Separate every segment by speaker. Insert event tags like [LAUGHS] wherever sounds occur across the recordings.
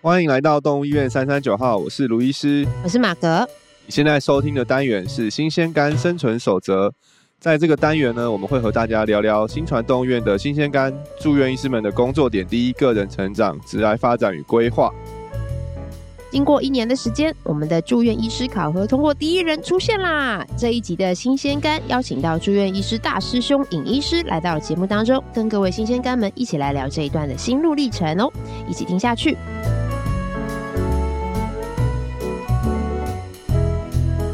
Speaker 1: 欢迎来到动物医院三三九号，我是卢医师。
Speaker 2: 我是马格，
Speaker 1: 你现在收听的单元是新鲜肝生存守则。在这个单元呢，我们会和大家聊聊新传动物院的新鲜肝住院医师们的工作点滴、个人成长、职来发展与规划。。
Speaker 2: 哦经过一年的时间，我们的住院医师考核通过第一人出现啦！这一集的新鲜肝邀请到住院医师大师兄尹医师来到节目当中，跟各位新鲜肝们一起来聊这一段的心路历程哦，一起听下去。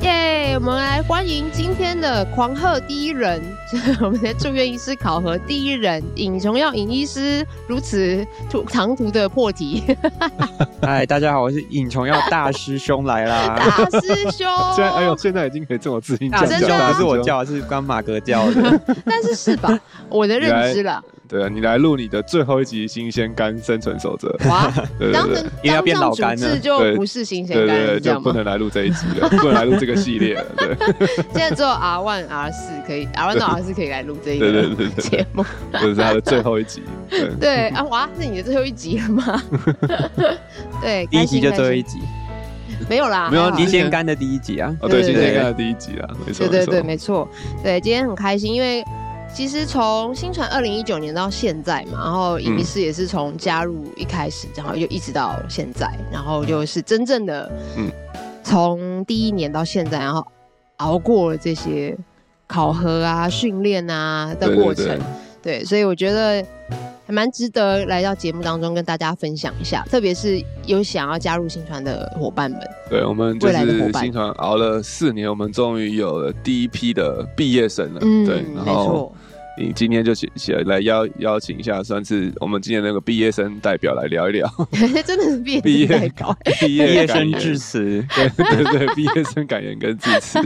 Speaker 2: 耶！我们来欢迎今天的狂贺第一人，就是我们的住院医师考核第一人尹琼耀尹医师，如此突唐突的破题，
Speaker 3: [LAUGHS] 嗨，哎大家好，我是尹琼耀大师兄来啦。
Speaker 2: [LAUGHS] 大师兄
Speaker 1: 现在， [LAUGHS] 哎呦，现在已经可以这么自信
Speaker 3: 大
Speaker 1: 讲
Speaker 3: 师
Speaker 1: 讲
Speaker 3: 兄
Speaker 2: 真的
Speaker 1: 了
Speaker 2: 啊
Speaker 3: 不是我，叫，是刚马哥
Speaker 2: [LAUGHS]
Speaker 3: 叫的。
Speaker 2: 但是是吧？我的认知啦，
Speaker 1: 对啊，你来录你的最后一集新鲜肝生存守则， [LAUGHS]
Speaker 2: 哇，
Speaker 1: 对对
Speaker 2: 当
Speaker 1: 对
Speaker 2: 成
Speaker 3: 一定要变
Speaker 2: 当
Speaker 3: 老
Speaker 2: 上
Speaker 3: 干
Speaker 2: 主
Speaker 3: 了
Speaker 2: 治就
Speaker 1: 对
Speaker 2: 不是新鲜
Speaker 1: 对
Speaker 2: 肝
Speaker 1: 对
Speaker 2: 了，
Speaker 1: 对，
Speaker 2: 你知道
Speaker 1: 就不
Speaker 2: 吗？
Speaker 1: 能来录这一集了， [LAUGHS] 不能来录这个系列了，对
Speaker 2: [LAUGHS] 现在只有 R one R 四可以，R one 到 R 四可以来录这一
Speaker 1: 对对
Speaker 2: 个
Speaker 1: 对对对，
Speaker 2: 节目。
Speaker 1: 这是他的最后一集，对。
Speaker 2: 对啊，哇，是你的最后一集了吗？ [LAUGHS] 对，
Speaker 3: 第
Speaker 2: 开
Speaker 3: 一集
Speaker 2: 心
Speaker 3: 就最后一
Speaker 2: 开
Speaker 3: 集，
Speaker 2: 心没有啦，
Speaker 1: 没有啊
Speaker 2: 还好
Speaker 1: 你
Speaker 3: 新鲜肝的第一集啊。
Speaker 1: 哦，对，
Speaker 2: 对
Speaker 1: 新
Speaker 3: 对
Speaker 1: 鲜
Speaker 3: 对
Speaker 1: 肝的第一集啊，没错，
Speaker 2: 对对对，
Speaker 1: 没错
Speaker 2: 没错，对，今天很开心，因为其实从新传二零一九年到现在嘛，然后
Speaker 1: 嗯
Speaker 2: 影视也是从加入一开始，然后就一直到现在，然后就是真正的，
Speaker 1: 嗯
Speaker 2: 嗯，从第一年到现在，然后熬过了这些考核啊、训练啊的
Speaker 1: 对对
Speaker 2: 过程，
Speaker 1: 对
Speaker 2: 对，所以我觉得还蛮值得来到节目当中跟大家分享一下，特别是有想要加入新传的伙伴们，
Speaker 1: 对，我们就
Speaker 2: 未来的
Speaker 1: 是
Speaker 2: 伙伴
Speaker 1: 新传熬了四年，我们终于有了第一批的毕业生了。
Speaker 2: 嗯，
Speaker 1: 对，然
Speaker 2: 没
Speaker 1: 后
Speaker 2: 错，
Speaker 1: 你今天就写写来邀邀请一下，算是我们今年那个毕业生代表来聊一聊
Speaker 2: [LAUGHS] 真的是毕业
Speaker 1: 毕
Speaker 2: 生
Speaker 1: 业
Speaker 2: 代表。
Speaker 1: 毕
Speaker 3: [LAUGHS] 毕业
Speaker 1: 感
Speaker 3: 生
Speaker 1: 言
Speaker 3: 致，辞，
Speaker 1: [LAUGHS] 对对对，毕业生感言跟致
Speaker 2: [LAUGHS]
Speaker 1: 辞。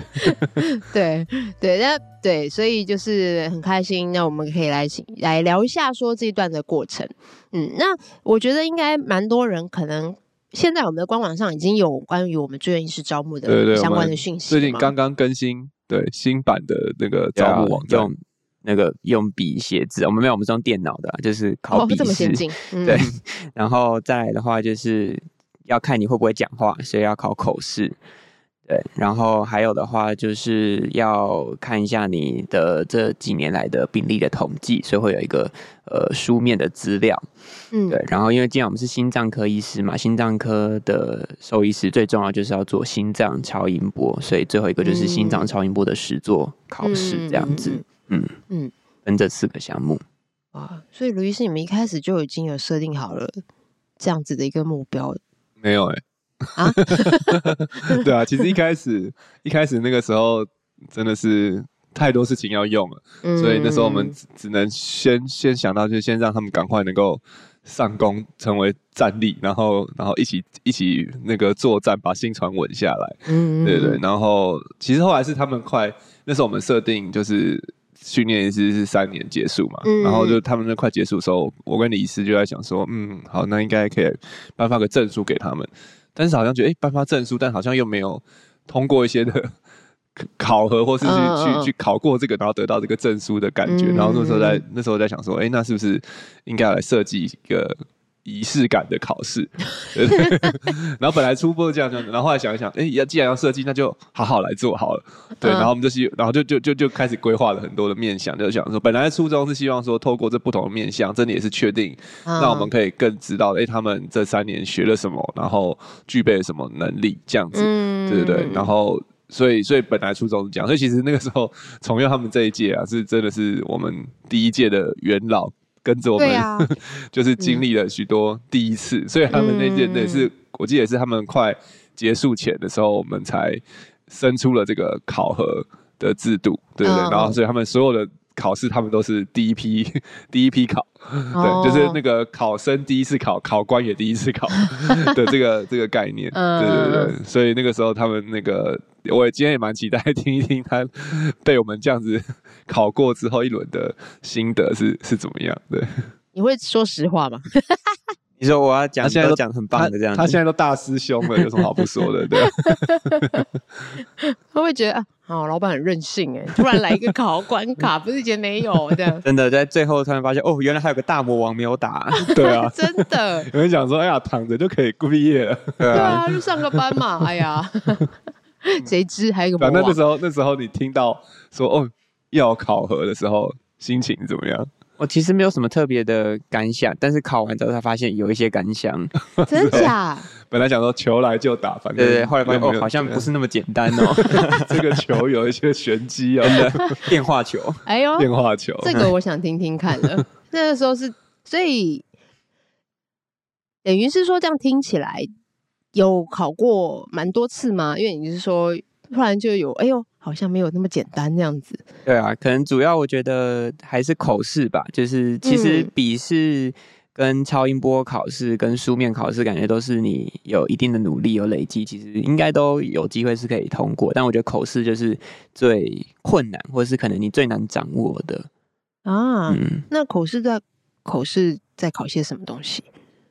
Speaker 2: 对对，那对，所以就是很开心。那我们可以来请来聊一下说这一段的过程。嗯，那我觉得应该蛮多人可能现在我们的官网上已经有关于我们志愿医师招募
Speaker 1: 对对
Speaker 2: 的
Speaker 1: 我
Speaker 2: 相关
Speaker 1: 们
Speaker 2: 的讯息
Speaker 1: 最近
Speaker 2: 嘛
Speaker 1: 刚刚更新对新版的那个招募网
Speaker 3: 对
Speaker 1: 站
Speaker 3: 啊用，那个用笔写字，我们没有，我们是用电脑的啊，就是考
Speaker 2: 哦
Speaker 3: 笔
Speaker 2: 这么
Speaker 3: 试
Speaker 1: [LAUGHS]
Speaker 2: 先。进，嗯、
Speaker 3: 对，然后再来的话就是要看你会不会讲话，所以要考口试。对，然后还有的话就是要看一下你的这几年来的病例的统计，所以会有一个呃书面的资料。
Speaker 2: 嗯
Speaker 3: 对，然后因为既然我们是心脏科医师嘛，心脏科的兽医师最重要就是要做心脏超音波，所以最后一个就是心脏
Speaker 2: 嗯
Speaker 3: 超音波的实作考试这样子，
Speaker 2: 嗯
Speaker 3: 嗯
Speaker 2: 嗯
Speaker 3: 分这四个项目。
Speaker 2: 啊，所以卢医师，你们一开始就已经有设定好了这样子的一个目标
Speaker 1: 没有哎、
Speaker 2: 啊
Speaker 1: [LAUGHS] 对啊，其实一开始一开始那个时候真的是太多事情要用了。所以那时候我们
Speaker 2: 嗯
Speaker 1: 只只能先先想到，就是先让他们赶快能够上攻，成为战力，然后然后一起一起那个作战，把新船稳下来，
Speaker 2: 嗯
Speaker 1: 对对。然后其实后来是他们快，那时候我们设定就是训练师是三年结束嘛，
Speaker 2: 嗯
Speaker 1: 然后就他们那快结束的时候，我跟李师就在想说，嗯，好，那应该可以颁发个证书给他们，但是好像觉得哎，颁、发证书，但好像又没有通过一些的 [LAUGHS] 考核，或是去、
Speaker 2: 嗯嗯嗯
Speaker 1: 去去考过这个，然后得到这个证书的感觉。
Speaker 2: 嗯
Speaker 1: 然后那时候在那时候在想说，哎、那是不是应该来设计一个仪式感的考试？对 [LAUGHS] 对对然后本来初步是这样这样，然后后来想一想，哎、要既然要设计，那就好好来做好了。对，
Speaker 2: 嗯
Speaker 1: 然后我们就是，然后就就就就开始规划了很多的面向，就想说，本来初衷是希望说，透过这不同的面向，真的也是确定
Speaker 2: 嗯
Speaker 1: 那我们可以更知道，哎、他们这三年学了什么，然后具备了什么能力，这样子，
Speaker 2: 嗯
Speaker 1: 对对对。然
Speaker 2: 后
Speaker 1: 后，所以所以本来初衷是这样，所以其实那个时候崇佑他们这一届啊，是真的是我们第一届的元老，跟着我们、
Speaker 2: 对啊
Speaker 1: [LAUGHS] 就是经历了许多第一次，所以他们那届
Speaker 2: 嗯
Speaker 1: 那也是我记得也是他们快结束前的时候，我们才生出了这个考核的制度，对不对？
Speaker 2: 嗯
Speaker 1: 然后所以他们所有的。考试他们都是第一批， [LAUGHS] 第一批考， [LAUGHS] 对，
Speaker 2: 哦
Speaker 1: 就是那个考生第一次考，考官也第一次
Speaker 2: [LAUGHS]
Speaker 1: 考的这个这个概念，
Speaker 2: 嗯
Speaker 1: 对对对，所以那个时候他们那个，我也今天也蛮期待听一听他被我们这样子考过之后一轮的心得是是怎么样，对，
Speaker 2: 你会说实话吗？
Speaker 3: 你你说我要讲，
Speaker 1: 他现在
Speaker 3: 都
Speaker 1: 都
Speaker 3: 讲很
Speaker 1: 他
Speaker 3: 棒的这样子，
Speaker 1: 他现在都大师兄了，有什么好不说的？对
Speaker 2: [LAUGHS]
Speaker 1: 啊，
Speaker 2: 他会觉得 [LAUGHS] 啊，嗯好，老板很任性 [LAUGHS] 哎，突然来一个考关卡，不是以前没有 [LAUGHS] 的，，
Speaker 3: 真的在最后突然发现，哦，原来还有个大魔王没有打，
Speaker 1: 对啊
Speaker 2: 真的，
Speaker 1: 有人讲说，哎呀，躺着就可以毕业
Speaker 2: [LAUGHS]
Speaker 1: 了。
Speaker 3: 对
Speaker 2: 对
Speaker 3: 啊，
Speaker 2: 啊，就上个班嘛， [LAUGHS] 哎呀，谁知还有一个
Speaker 1: 反
Speaker 2: 魔
Speaker 1: 正那
Speaker 2: 王
Speaker 1: 时候，那时候你听到说哦要考核的时候，心情怎么样？
Speaker 3: [LAUGHS] 我其实没有什么特别的感想，但是考完之后才发现有一些感想，
Speaker 2: [LAUGHS] 真假？
Speaker 1: 本来想说球来就打，反正
Speaker 3: 对对，后来发
Speaker 1: 又
Speaker 3: 现
Speaker 1: 没
Speaker 3: 哦，
Speaker 1: 有
Speaker 3: 好像不是那么简单 [LAUGHS] 哦，
Speaker 1: [LAUGHS] 这个球有一些玄机哦，
Speaker 3: 变化球，
Speaker 2: 哎呦，
Speaker 1: 变化球。
Speaker 2: 这个我想听听看 [LAUGHS] 了。那个时候是，所以等于是说，这样听起来有考过蛮多次吗？因为你是说，突然就有，哎呦，好像没有那么简单这样子。
Speaker 3: 对啊，可能主要我觉得还是口试吧，就是其实
Speaker 2: 嗯
Speaker 3: 笔试跟超音波考试跟书面考试，感觉都是你有一定的努力有累积，其实应该都有机会是可以通过。但我觉得口试就是最困难，或是可能你最难掌握的。
Speaker 2: 啊，
Speaker 3: 嗯，
Speaker 2: 那口试在口试在考些什么东西？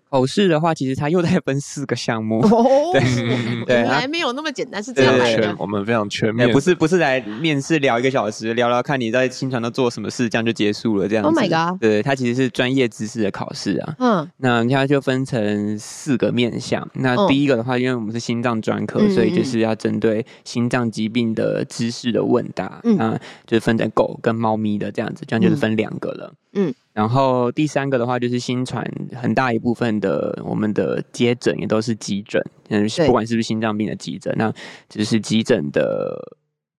Speaker 3: 口试的话，其实它又在分四个项目。
Speaker 2: [LAUGHS] 哦， [LAUGHS]
Speaker 1: 嗯
Speaker 3: 对
Speaker 2: 原
Speaker 3: 啊
Speaker 2: 来没有那么简单，是这
Speaker 1: 非
Speaker 2: 样
Speaker 1: 常
Speaker 2: 来的
Speaker 1: 全，。我们非常全
Speaker 3: 哎、
Speaker 1: 面，
Speaker 3: 不是不是来面试聊一个小时，聊聊看你在新传都做什么事，这样就结束了，这样子。
Speaker 2: Oh my god
Speaker 3: 对，它其实是专业知识的考试啊。
Speaker 2: 嗯
Speaker 3: 那它就分成四个面向。那
Speaker 2: 嗯
Speaker 3: 第一个的话，因为我们是心脏专科，
Speaker 2: 嗯
Speaker 3: 所以
Speaker 2: 嗯
Speaker 3: 就
Speaker 2: 嗯
Speaker 3: 是要针对心脏疾病的知识的问答，
Speaker 2: 嗯
Speaker 3: 那就是分成狗跟猫咪的这样子，这样就是
Speaker 2: 嗯
Speaker 3: 分两个了。
Speaker 2: 嗯
Speaker 3: 然后第三个的话，就是心传很大一部分的我们的接诊也都是急诊，嗯，
Speaker 2: 对
Speaker 3: 不管是不是心脏病的急诊，那只是急诊的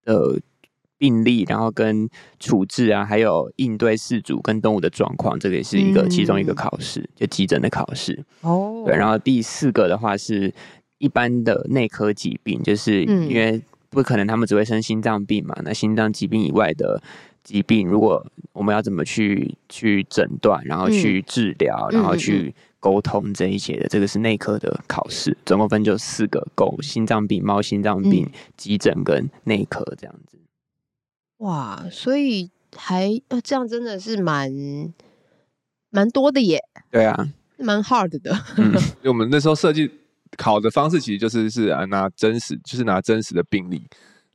Speaker 3: 呃病例，然后跟处置啊，还有应对事主跟动物的状况，这个也是一个
Speaker 2: 嗯
Speaker 3: 其中一个考试，就急诊的考试。
Speaker 2: 哦
Speaker 3: 对，然后第四个的话是一般的内科疾病，就是
Speaker 2: 嗯
Speaker 3: 因为不可能他们只会生心脏病嘛，那心脏疾病以外的。疾病，如果我们要怎么去去诊断，然后
Speaker 2: 嗯
Speaker 3: 去治疗，然后
Speaker 2: 嗯嗯
Speaker 3: 去沟通这一些的，这个是内科的考试，总共分就四个：狗心脏病、猫心脏病、
Speaker 2: 嗯
Speaker 3: 急诊跟内科这样子。
Speaker 2: 哇，所以还呃这样真的是蛮蛮多的耶，
Speaker 3: 对啊，
Speaker 2: 蛮 hard 的。
Speaker 3: 嗯，
Speaker 1: 因为我们那时候设计考的方式，其实就是是啊拿真实，就是拿真实的病例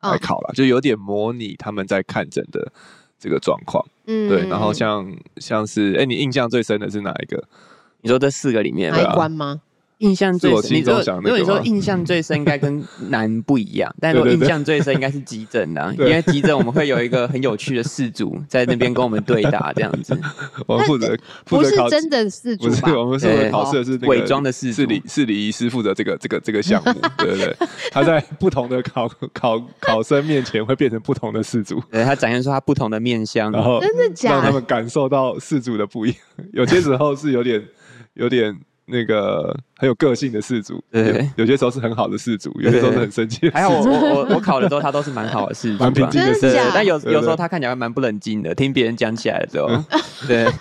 Speaker 1: 来
Speaker 2: 嗯
Speaker 1: 考了，就有点模拟他们在看诊的这个状况。
Speaker 2: 嗯
Speaker 1: 对，然后像像是，哎，你印象最深的是哪一个？ [LAUGHS]
Speaker 3: 你说这四个里面
Speaker 2: 哪
Speaker 1: 对
Speaker 2: 一
Speaker 1: 啊 [LAUGHS]
Speaker 2: 关吗？
Speaker 3: 印象最
Speaker 1: 是我
Speaker 3: 深，
Speaker 1: 心
Speaker 3: 你
Speaker 1: 中
Speaker 3: 说
Speaker 1: 想的
Speaker 3: 如果
Speaker 1: 那
Speaker 3: 你
Speaker 1: 个
Speaker 3: 说
Speaker 1: 吗
Speaker 3: 印象最深，应该跟男不一
Speaker 1: [LAUGHS]
Speaker 3: 样，但是
Speaker 1: 对
Speaker 3: 我
Speaker 1: 对
Speaker 3: 印
Speaker 1: 对
Speaker 3: 象最深应该是急诊啊，因
Speaker 1: 对
Speaker 3: 为急诊我们会有一个很有趣的事主在那边跟我们对答，这样子，
Speaker 1: [LAUGHS] 我们负责负
Speaker 2: 不是
Speaker 1: 责考
Speaker 2: 真的四
Speaker 1: [LAUGHS]
Speaker 2: 主
Speaker 1: 不是
Speaker 2: 吧？
Speaker 1: 我们负责考试的是那个
Speaker 3: 伪装的事主
Speaker 1: 是李是李医师负责这个这个这个
Speaker 2: [LAUGHS]
Speaker 1: 项目，对对对，他在不同的考考考生面前会变成不同的事主，
Speaker 3: 对他展现出他不同的面相，
Speaker 1: 然后
Speaker 2: 真的假
Speaker 1: 让他
Speaker 2: 的？
Speaker 1: 们感受到事主的不一样。 [LAUGHS] 有些时候是有点有点那个很有个性的事主，
Speaker 3: 对哎
Speaker 1: 有有些时候是很好的事主，有些时候是很生气的
Speaker 3: 还
Speaker 1: 事
Speaker 3: 好
Speaker 1: 主。
Speaker 3: 我我我我考了之后，他都是蛮好的事主吧，
Speaker 1: 蛮平静的
Speaker 2: 事
Speaker 3: 对
Speaker 2: 主
Speaker 3: 对对但有
Speaker 1: 对对嗯
Speaker 3: 有时候他看起来蛮不冷静的，听别人讲起来的时候， [LAUGHS] 对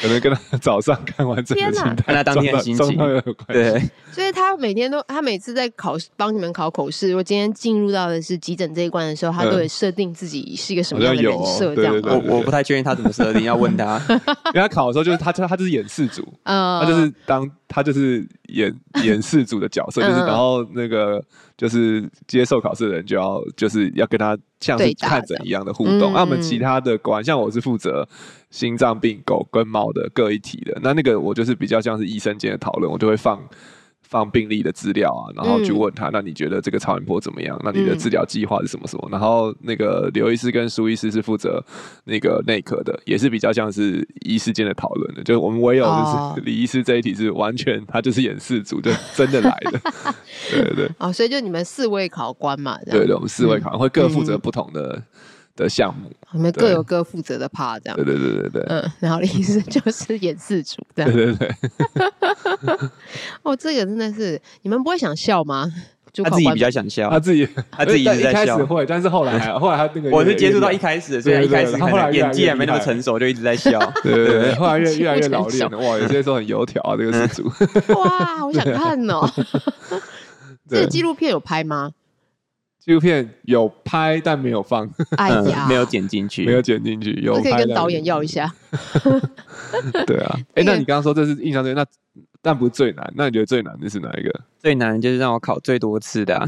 Speaker 1: 可能跟他 [LAUGHS] 早上看完整
Speaker 2: 天
Speaker 1: 个
Speaker 2: 哪
Speaker 1: 心态，
Speaker 3: 跟他当天的心
Speaker 1: 状
Speaker 3: 情
Speaker 1: 态有关系。
Speaker 3: 对，
Speaker 2: 所以他每天都，他每次在考帮你们考口试，如果今天进入到的是急诊这一关的时候，他
Speaker 1: 嗯
Speaker 2: 都会设定自己是一个什么
Speaker 1: 好
Speaker 2: 样
Speaker 1: 像
Speaker 2: 的
Speaker 1: 有
Speaker 2: 人
Speaker 1: 哦
Speaker 2: 设，这
Speaker 1: 对
Speaker 2: 样
Speaker 1: 对
Speaker 2: 吗
Speaker 1: 对
Speaker 3: 我我不太确定他怎么设定，要问他。
Speaker 1: 因为他考的时候，就是他他他就是演事主，
Speaker 2: 呃，
Speaker 1: 他就是当他就是演演示组的角色，就是
Speaker 2: 嗯嗯
Speaker 1: 然后那个就是接受考试的人就要就是要跟他像是
Speaker 2: 对答
Speaker 1: 看诊一样的互动。啊
Speaker 2: 嗯
Speaker 1: 那我们其他的关，像我是负责心脏病、狗跟猫的各一题的，那那个我就是比较像是医生间的讨论，我就会放。放病例的资料啊，然后去问他，那你觉得这个超音波怎么样？那你的
Speaker 2: 嗯
Speaker 1: 治疗计划是什么什么？然后那个刘医师跟苏医师是负责那个内科的，也是比较像是医师间的讨论的，就是我们唯有就是、
Speaker 2: 哦
Speaker 1: [LAUGHS] 李医师这一题是完全他就是演示组，就真的来
Speaker 2: [LAUGHS]
Speaker 1: 的。对对对
Speaker 2: 哦，所以就你们四位考官嘛，这样
Speaker 1: 对对，我们四位
Speaker 2: 嗯
Speaker 1: 考官会各负责不同的、的项目。
Speaker 2: 你们各
Speaker 1: 对
Speaker 2: 有各负责的 part 这样
Speaker 1: 对。对对对对。
Speaker 2: 嗯，然后医生 [LAUGHS] 就是演四主这
Speaker 1: 对
Speaker 2: 样。
Speaker 1: 对对，
Speaker 2: 哦，这个真的是，你们不会想笑吗？
Speaker 3: [LAUGHS]
Speaker 2: 主
Speaker 3: 他
Speaker 2: 考
Speaker 3: 自己
Speaker 2: 官
Speaker 3: 比较想笑
Speaker 1: 他，自己
Speaker 3: 他自己一直
Speaker 1: 一
Speaker 3: 在
Speaker 1: 开
Speaker 3: 笑
Speaker 1: 始会，但是后来还后来他那个
Speaker 3: [LAUGHS] 我是接触到一
Speaker 1: 越
Speaker 3: 开始，所以一开始
Speaker 1: 对对对
Speaker 3: 可
Speaker 1: 他后
Speaker 3: 能
Speaker 1: 来越来
Speaker 3: 演技
Speaker 1: 越
Speaker 3: 还没那么
Speaker 1: 厉害
Speaker 3: 成熟，就一直在笑。
Speaker 1: 对对
Speaker 3: [LAUGHS]
Speaker 1: 对，对后来越越来越老
Speaker 2: 接
Speaker 1: 练
Speaker 2: 不
Speaker 1: 了，哇，有些时候很油条啊，这个事
Speaker 2: [LAUGHS]
Speaker 1: 主。
Speaker 2: 哇，好想看
Speaker 3: [LAUGHS]
Speaker 2: 哦！这
Speaker 1: 对
Speaker 2: 个，纪录片有拍吗？
Speaker 1: 纪录片有拍但没有放，
Speaker 2: 哎呀，
Speaker 3: 嗯，没有剪进去，
Speaker 1: 没有剪进去，有
Speaker 2: 这可以
Speaker 1: 拍
Speaker 2: 跟
Speaker 1: 但
Speaker 3: [LAUGHS]
Speaker 2: 导
Speaker 1: 没
Speaker 2: 演要一下。 [LAUGHS]
Speaker 1: 对啊，哎，
Speaker 2: 那
Speaker 1: 那
Speaker 2: 个
Speaker 1: 你刚刚说这是印象最那但不是最难。那你觉得最难的是哪一个？
Speaker 3: 最难的就是让我考最多次的啊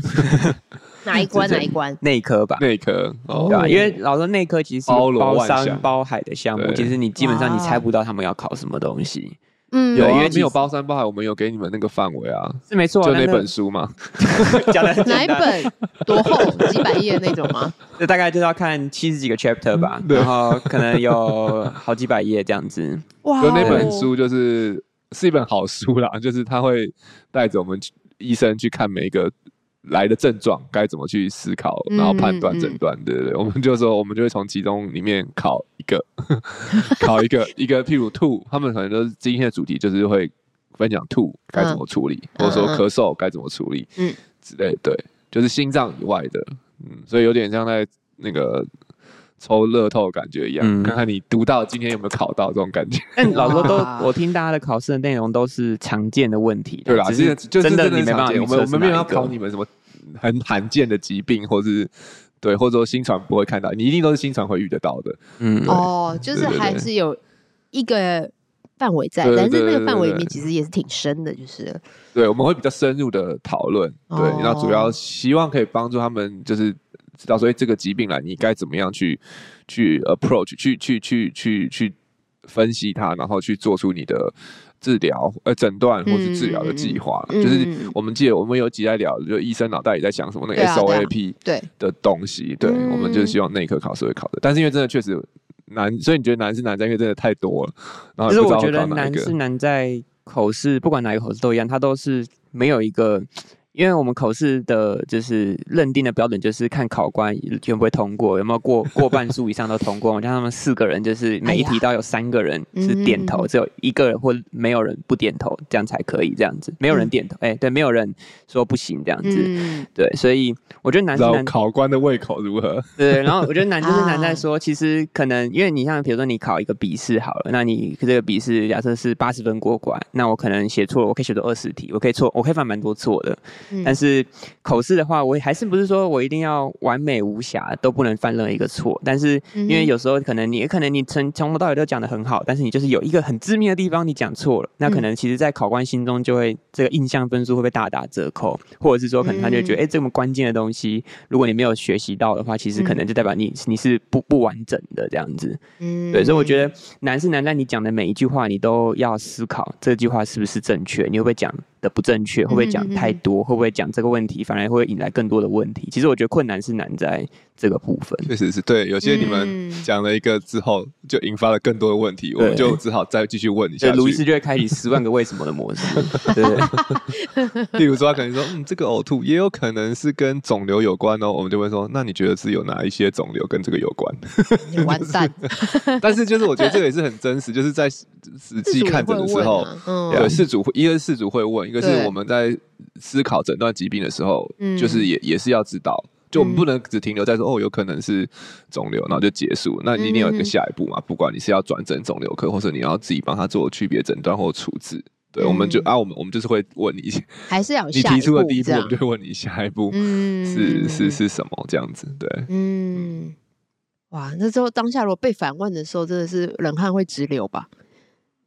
Speaker 3: [LAUGHS]
Speaker 2: 哪一关
Speaker 3: 这
Speaker 2: 哪一关？
Speaker 3: 内科吧，
Speaker 1: 内科哦
Speaker 3: 对吧、因为老说内科其实是
Speaker 1: 包罗
Speaker 3: 包
Speaker 1: 万
Speaker 3: 山
Speaker 1: 象
Speaker 3: 包海的项目，
Speaker 1: 对
Speaker 3: 其实你基本上
Speaker 2: 哇
Speaker 3: 你猜不到他们要考什么东西，
Speaker 2: 嗯
Speaker 1: 有
Speaker 3: 对因
Speaker 1: 啊
Speaker 3: 为，其
Speaker 1: 没有
Speaker 3: 实
Speaker 1: 包山包海，我们有给你们那个范围啊，
Speaker 3: 是没错啊。
Speaker 1: 就
Speaker 3: 但
Speaker 1: 那本书嘛。
Speaker 3: [LAUGHS] 讲的
Speaker 2: 哪一？本多厚？几百页那种
Speaker 3: [LAUGHS]
Speaker 2: 吗？
Speaker 3: 这大概就是要看七十几个 chapter 吧，
Speaker 1: 嗯对
Speaker 3: 然后可能有好几百页这
Speaker 1: [LAUGHS]
Speaker 3: 样子。
Speaker 2: 哇
Speaker 1: 就那
Speaker 2: 哦
Speaker 1: 本书就是是一本好书啦，就是他会带着我们去医生去看每一个来的症状该怎么去思考，
Speaker 2: 嗯
Speaker 1: 然后判断
Speaker 2: 嗯
Speaker 1: 诊断，对对对。我们就说我们就会从其中里面考一个， [LAUGHS] 考一个一个，譬如吐，他们可能都是今天的主题就是会分享吐该怎么处理，或
Speaker 2: 嗯
Speaker 1: 者说
Speaker 2: 嗯嗯
Speaker 1: 咳嗽该怎么处理，
Speaker 2: 嗯
Speaker 1: 嗯之类，对，就是心脏以外的，嗯，所以有点像在那个。抽乐透的感觉一样，
Speaker 3: 嗯
Speaker 1: 看看你读到今天有没有考到这种感觉。
Speaker 3: 但老说都
Speaker 2: 哇，
Speaker 3: 我听大家的考试的内容都是常见的问题，
Speaker 1: 对啦，
Speaker 3: 只
Speaker 1: 这个
Speaker 3: 是
Speaker 1: 就是
Speaker 3: 真
Speaker 1: 的
Speaker 3: 你没
Speaker 1: 很
Speaker 3: 办
Speaker 1: 常
Speaker 3: 法
Speaker 1: 见
Speaker 3: 预
Speaker 1: 我们
Speaker 3: 测
Speaker 1: 我
Speaker 3: 是
Speaker 1: 们没有
Speaker 3: 哪
Speaker 1: 要
Speaker 3: 一
Speaker 1: 考
Speaker 3: 个。
Speaker 1: 你们什么很罕见的疾病，或是对，或者说新传不会看到，你一定都是新传会遇得到的。
Speaker 3: 嗯，
Speaker 2: 哦，就是
Speaker 1: 对对
Speaker 2: 还
Speaker 1: 对
Speaker 2: 是有一个范围在，
Speaker 1: 对
Speaker 2: 但是
Speaker 1: 对
Speaker 2: 那个
Speaker 1: 对
Speaker 2: 范围里
Speaker 1: 对
Speaker 2: 面其实也是挺深的，就是了
Speaker 1: 对，我们会比较深入的讨论，对
Speaker 2: 哦，
Speaker 1: 那主要希望可以帮助他们就是知道，所以这个疾病来，你该怎么样去去 approach，去去去去去分析它，然后去做出你的治疗呃诊断或是治疗的计划。
Speaker 2: 嗯嗯嗯嗯
Speaker 1: 就是
Speaker 2: 嗯嗯
Speaker 1: 我们记得我们有几在聊，就医生脑袋里在想什么那个
Speaker 2: 对啊对啊
Speaker 1: SOAP，
Speaker 2: 对，
Speaker 1: 的东西，对、
Speaker 2: 嗯
Speaker 1: 我们就是希望内科考试会考的，但是因为真的确实难，所以你觉得难是难在，因为真的太多了，然后
Speaker 3: 就
Speaker 1: 也
Speaker 3: 是
Speaker 1: 啊不知
Speaker 3: 我
Speaker 1: 道
Speaker 3: 觉
Speaker 1: 会
Speaker 3: 得
Speaker 1: 考哪一
Speaker 3: 难
Speaker 1: 个
Speaker 3: 是。难在口试，不管哪个口试都一样，它都是没有一个，因为我们口试的就是认定的标准就是看考官会不会通过，有没有过过半数以上都通过。我像他们四个人，就是每一
Speaker 2: 哎呀
Speaker 3: 题都要有三个人
Speaker 2: 嗯
Speaker 3: 是点
Speaker 2: 嗯
Speaker 3: 头，
Speaker 2: 嗯
Speaker 3: 只有一个人或没有人不点头，这样才可以这样子，没有人
Speaker 2: 嗯
Speaker 3: 点头，哎、对，没有人说不行这样子，
Speaker 2: 嗯，
Speaker 3: 对，所以我觉得难是
Speaker 1: 然后
Speaker 3: 难
Speaker 1: 考官的胃口如何？
Speaker 3: 对，然后我觉得难就是难
Speaker 2: 啊
Speaker 3: 在说，其实可能因为你像比如说你考一个笔试好了，那你这个笔试假设是八十分过关，那我可能写错了，我可以写错二十题，我可以错，我可以犯蛮多错的。
Speaker 2: 嗯
Speaker 3: 但是口试的话，我还是不是说我一定要完美无瑕，都不能犯任何一个错。但是因为
Speaker 2: 嗯哼
Speaker 3: 有时候可能你也可能你从从头到尾都讲的很好，但是你就是有一个很致命的地方你讲错了，那可
Speaker 2: 嗯
Speaker 3: 能其实在考官心中就会这个印象分数会被大打折扣，或者是说可能他就会觉得
Speaker 2: 嗯
Speaker 3: 哎、诶这么关键的东西如果你没有学习到的话，其实可能就代表你、你是不不完整的这样子。
Speaker 2: 嗯
Speaker 3: 对，所以我觉得难是难在你讲的每一句话，你都要思考这句话是不是正确，你会不会讲的不正确，会不会
Speaker 2: 嗯
Speaker 3: 讲太多，会不会讲这个问题，反而会引来更多的问题。其实我觉得困难是难在这个部分。
Speaker 1: [LAUGHS] 确实是对，有些你们
Speaker 2: 嗯
Speaker 1: 讲了一个之后，就引发了更多的问题，我们就只好再继续问一
Speaker 3: 所
Speaker 1: 下
Speaker 3: 以
Speaker 1: 去。
Speaker 3: 卢医师就会开启十万个为什么的模式，对对
Speaker 1: [LAUGHS] 例如说，他可能说，嗯，这个呕吐也有可能是跟肿瘤有关哦，我们就会说，那你觉得是有哪一些肿瘤跟这个有关？
Speaker 2: 你嗯完
Speaker 3: [LAUGHS]
Speaker 2: 蛋，
Speaker 1: 但是就是我觉得这个也是很真实，就是在仔
Speaker 2: 自
Speaker 1: 细
Speaker 2: 主也
Speaker 1: 看
Speaker 2: 会
Speaker 1: 诊的时
Speaker 2: 问
Speaker 1: 候，
Speaker 2: 啊，嗯，
Speaker 1: 对，事主会，一个是事主会问，一个
Speaker 2: 对
Speaker 1: 是我们在思考诊断疾病的时候，
Speaker 2: 嗯
Speaker 1: 就是也也是要知道，就我们
Speaker 2: 嗯
Speaker 1: 不能只停留在说、哦，有可能是肿瘤，然后就结束。那你一定有一
Speaker 2: 嗯嗯
Speaker 1: 个
Speaker 2: 嗯
Speaker 1: 下一步嘛，不管你是要转诊肿瘤科，或者你要自己帮他做区别诊断或处置。对，我们就
Speaker 2: 嗯
Speaker 1: 啊，我们我们就是会问你，
Speaker 2: 还是要有
Speaker 1: 你
Speaker 2: 下
Speaker 1: 提出的
Speaker 2: 步
Speaker 1: 第一步，
Speaker 2: 这
Speaker 1: 我
Speaker 2: 样
Speaker 1: 们就会问你下一步 [LAUGHS]
Speaker 2: 嗯
Speaker 1: 是是，是什么这样子。对，
Speaker 2: 嗯。嗯哇，那之后当下如果被反问的时候，真的是冷汗会直流吧？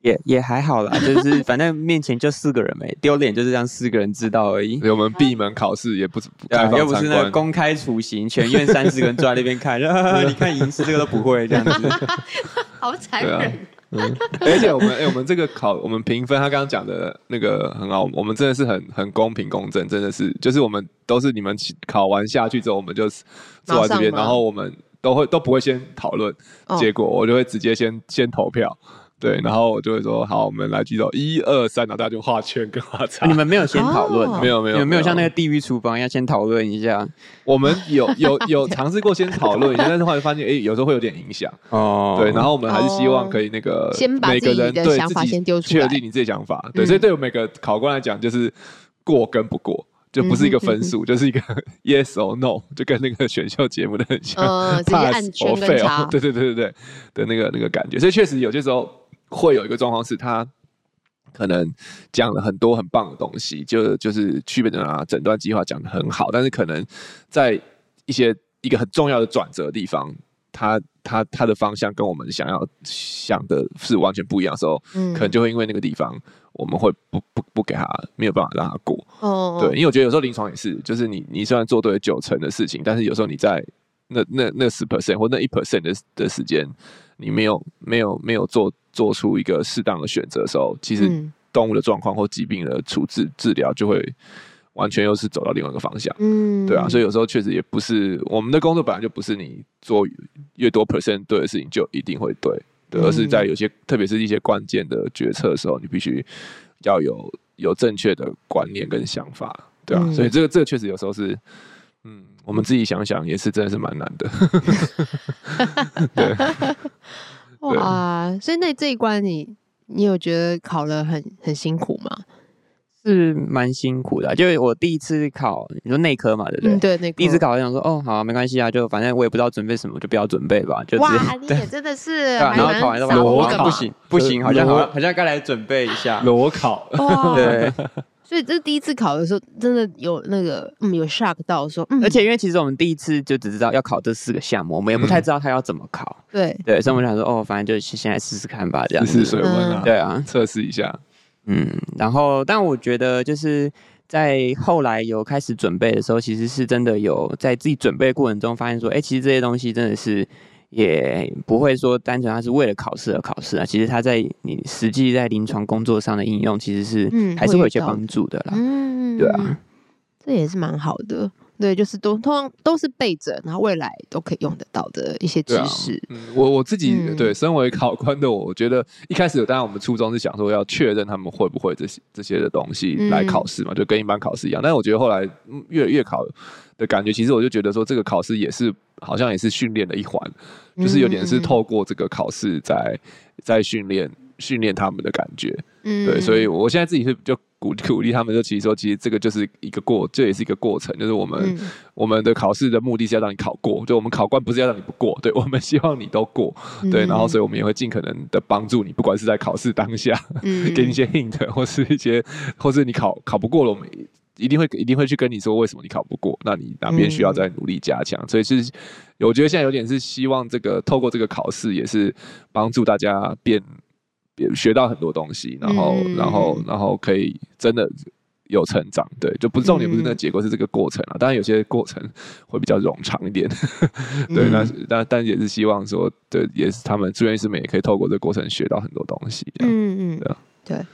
Speaker 3: 也也还好啦，就是反正面前就四个人没丢脸，就是让四个人知道而已。
Speaker 1: 所以我们闭门考试也不是不
Speaker 3: 对
Speaker 1: 开
Speaker 3: 啊，
Speaker 1: 放
Speaker 3: 又不是
Speaker 1: 参
Speaker 3: 那个
Speaker 1: 观，
Speaker 3: 公开处刑，全院三十个人坐在那
Speaker 1: [LAUGHS]
Speaker 3: 边看，啊你看银师这个都不会这样子。
Speaker 2: 好残
Speaker 1: 对啊，而且我们哎、我们这个考我们评分，他刚刚讲的那个很好，我们真的是很很公平公正，真的是就是我们都是你们考完下去之后，我们就坐在这边，
Speaker 2: 马上吗
Speaker 1: 然后我们都会都不会先讨论
Speaker 2: 哦
Speaker 1: 结果，我就会直接先先投票。对，然后我就会说好，我们来举手，一二三，然后大家就画圈跟画叉。
Speaker 3: 啊你们没有先讨论
Speaker 2: 哦
Speaker 3: 哦，
Speaker 1: 没有没有
Speaker 3: 你们
Speaker 1: 没
Speaker 3: 没有
Speaker 1: 有
Speaker 3: 像那个地狱厨房一样先讨论一下
Speaker 1: 我们有有有尝试过先讨论一下，但是后来发现，哎、有时候会有点影响。
Speaker 3: 哦
Speaker 1: 对，然
Speaker 3: 后
Speaker 1: 后我们还是希望可以那个
Speaker 2: 哦先把
Speaker 1: 每个
Speaker 2: 自己
Speaker 1: 人
Speaker 2: 的
Speaker 1: 对
Speaker 2: 想
Speaker 1: 自
Speaker 2: 法
Speaker 1: 己
Speaker 2: 先丢出
Speaker 1: 确
Speaker 2: 来
Speaker 1: 定你自己想法。对，所以
Speaker 2: 嗯
Speaker 1: 对我每个考官来讲，就是过跟不过，就不是一个分数，
Speaker 2: 嗯
Speaker 1: 就是一个 [LAUGHS] yes or no，就跟那个选秀节目的很像、 [LAUGHS]
Speaker 2: 嗯直接
Speaker 1: p a
Speaker 2: 按
Speaker 1: s s
Speaker 2: 圈
Speaker 1: or
Speaker 2: 跟
Speaker 1: 哦
Speaker 2: 叉
Speaker 1: [LAUGHS] fail，对对对对对的那个那个感觉。所以确实有些时候会有一个状况是他。可能讲了很多很棒的东西，就就是区别诊断啊、诊断计划讲的很好，但是可能在一些一个很重要的转折的地方，他他他的方向跟我们想要想的是完全不一样的时候，
Speaker 2: 嗯
Speaker 1: 可能就会因为那个地方，我们会不不不给他没有办法让他过。
Speaker 2: 哦，
Speaker 1: 对，因为我觉得有时候临床也是，就是你你虽然做对了九成的事情，但是有时候你在那那那十 percent 或那一 percent 的的时间，你没有没有没有做做出一个适当的选择的时候，其实
Speaker 2: 嗯
Speaker 1: 动物的状况或疾病的处置治疗就会完全又是走到另外一个方向。
Speaker 2: 嗯，
Speaker 1: 对啊，所
Speaker 2: 以
Speaker 1: 以有时候确实也不是我们的工作本来就不是你做越多 percent 对的事情就一定会对，对，而是在
Speaker 2: 嗯
Speaker 1: 有些特别是一些关键的决策的时候，你必须要有有正确的观念跟想法，对啊，
Speaker 2: 嗯
Speaker 1: 所以这个这个确实有时候是，嗯，我们自己想想也是真的是蛮难
Speaker 2: [LAUGHS]
Speaker 1: 的，对，对
Speaker 2: 哇，所以那这一关你你有觉得考了很很辛苦吗？
Speaker 3: 是蛮辛苦的啊、就是我第一次考，你说内科嘛，对不对？
Speaker 2: 嗯，对，那个
Speaker 3: 第一次。考，我想说，哦，好啊、没关系啊，就反正我也不知道准备什么，就不要准备吧，就直接
Speaker 2: 哇，你也真的是
Speaker 3: 对啊，
Speaker 2: 还
Speaker 3: 然后
Speaker 2: 蛮
Speaker 3: 考完之
Speaker 2: 洒
Speaker 3: 后，
Speaker 2: 脱
Speaker 1: 裸
Speaker 3: 好
Speaker 2: 的
Speaker 3: 像
Speaker 1: 考
Speaker 2: 嘛
Speaker 3: 不行，不行，好像好像好像该来准备一下。
Speaker 1: 裸 [LAUGHS] 考，
Speaker 2: 哇，
Speaker 3: [LAUGHS] 对，
Speaker 2: 所以这第一次考的时候，真的有那个嗯有 shock 到说，嗯，
Speaker 3: 而且因为其实我们第一次就只知道要考这四个项目，我们也不太知道他要怎么考，
Speaker 2: 对，
Speaker 3: 对，所以我们想说，哦，反正就先来试试看吧，这样
Speaker 1: 试试。
Speaker 3: 子
Speaker 1: 水温啊，
Speaker 3: 对啊，
Speaker 1: 测试一下，
Speaker 3: 嗯，然后但我觉得就是在后来有开始准备的时候，其实是真的有在自己准备过程中发现说，哎，其实这些东西真的是也不会说单纯它是为了考试而考试啊，其实它在你实际在临床工作上的应用，其实是、
Speaker 2: 嗯
Speaker 3: 还是会有一些
Speaker 2: 会遇到
Speaker 3: 帮助的啦。
Speaker 2: 嗯，
Speaker 3: 对啊，
Speaker 2: 这也是蛮好的。对，就是都通常都是备着，然后未来都可以用得到的一些知
Speaker 1: 对啊
Speaker 2: 识。
Speaker 1: 嗯，我我自己、
Speaker 2: 嗯
Speaker 1: 对身为考官的我，我觉得一开始当然我们初衷是想说要确认他们会不会这些这些的东西
Speaker 2: 嗯
Speaker 1: 来考试嘛，就跟一般考试一样。但是我觉得后来嗯越越考的感觉，其实我就觉得说这个考试也是好像也是训练的一环，就是有
Speaker 2: 嗯
Speaker 1: 点是透过这个考试在在训练训练他们的感觉。
Speaker 2: 嗯
Speaker 1: 对，所以我现在自己是就鼓鼓励他们，就其实说，其实这个就是一个过，这也是一个过程，就是我们、
Speaker 2: 嗯
Speaker 1: 我们的考试的目的是要让你考过，就我们考官不是要让你不过，对我们希望你都过，[LAUGHS]
Speaker 2: 嗯
Speaker 1: 对，然后所以我们也会尽可能的帮助你，不管是在考试当下，
Speaker 2: 以
Speaker 1: [LAUGHS] 给你一些 hint，或是一些， [LAUGHS] 或是你考考不过了，我们一定会一定会去跟你说为什么你考不过，那你哪边需要再努力加强。所以是，我觉得现在有点是希望这个透过这个考试，也是帮助大家变变学到很多东西，然后、
Speaker 2: 嗯
Speaker 1: 然后然后可以真的。有成长，对，就不重点不是那个
Speaker 2: 嗯
Speaker 1: 结果，是这个过程啊。当然有些过程会比较冗长一点， [LAUGHS]
Speaker 2: 嗯
Speaker 1: 对，那那但也是希望说，对，也是他们住院医师们也可以透过这个过程学到很多东西。这样
Speaker 2: 嗯嗯
Speaker 1: 对啊
Speaker 2: 对。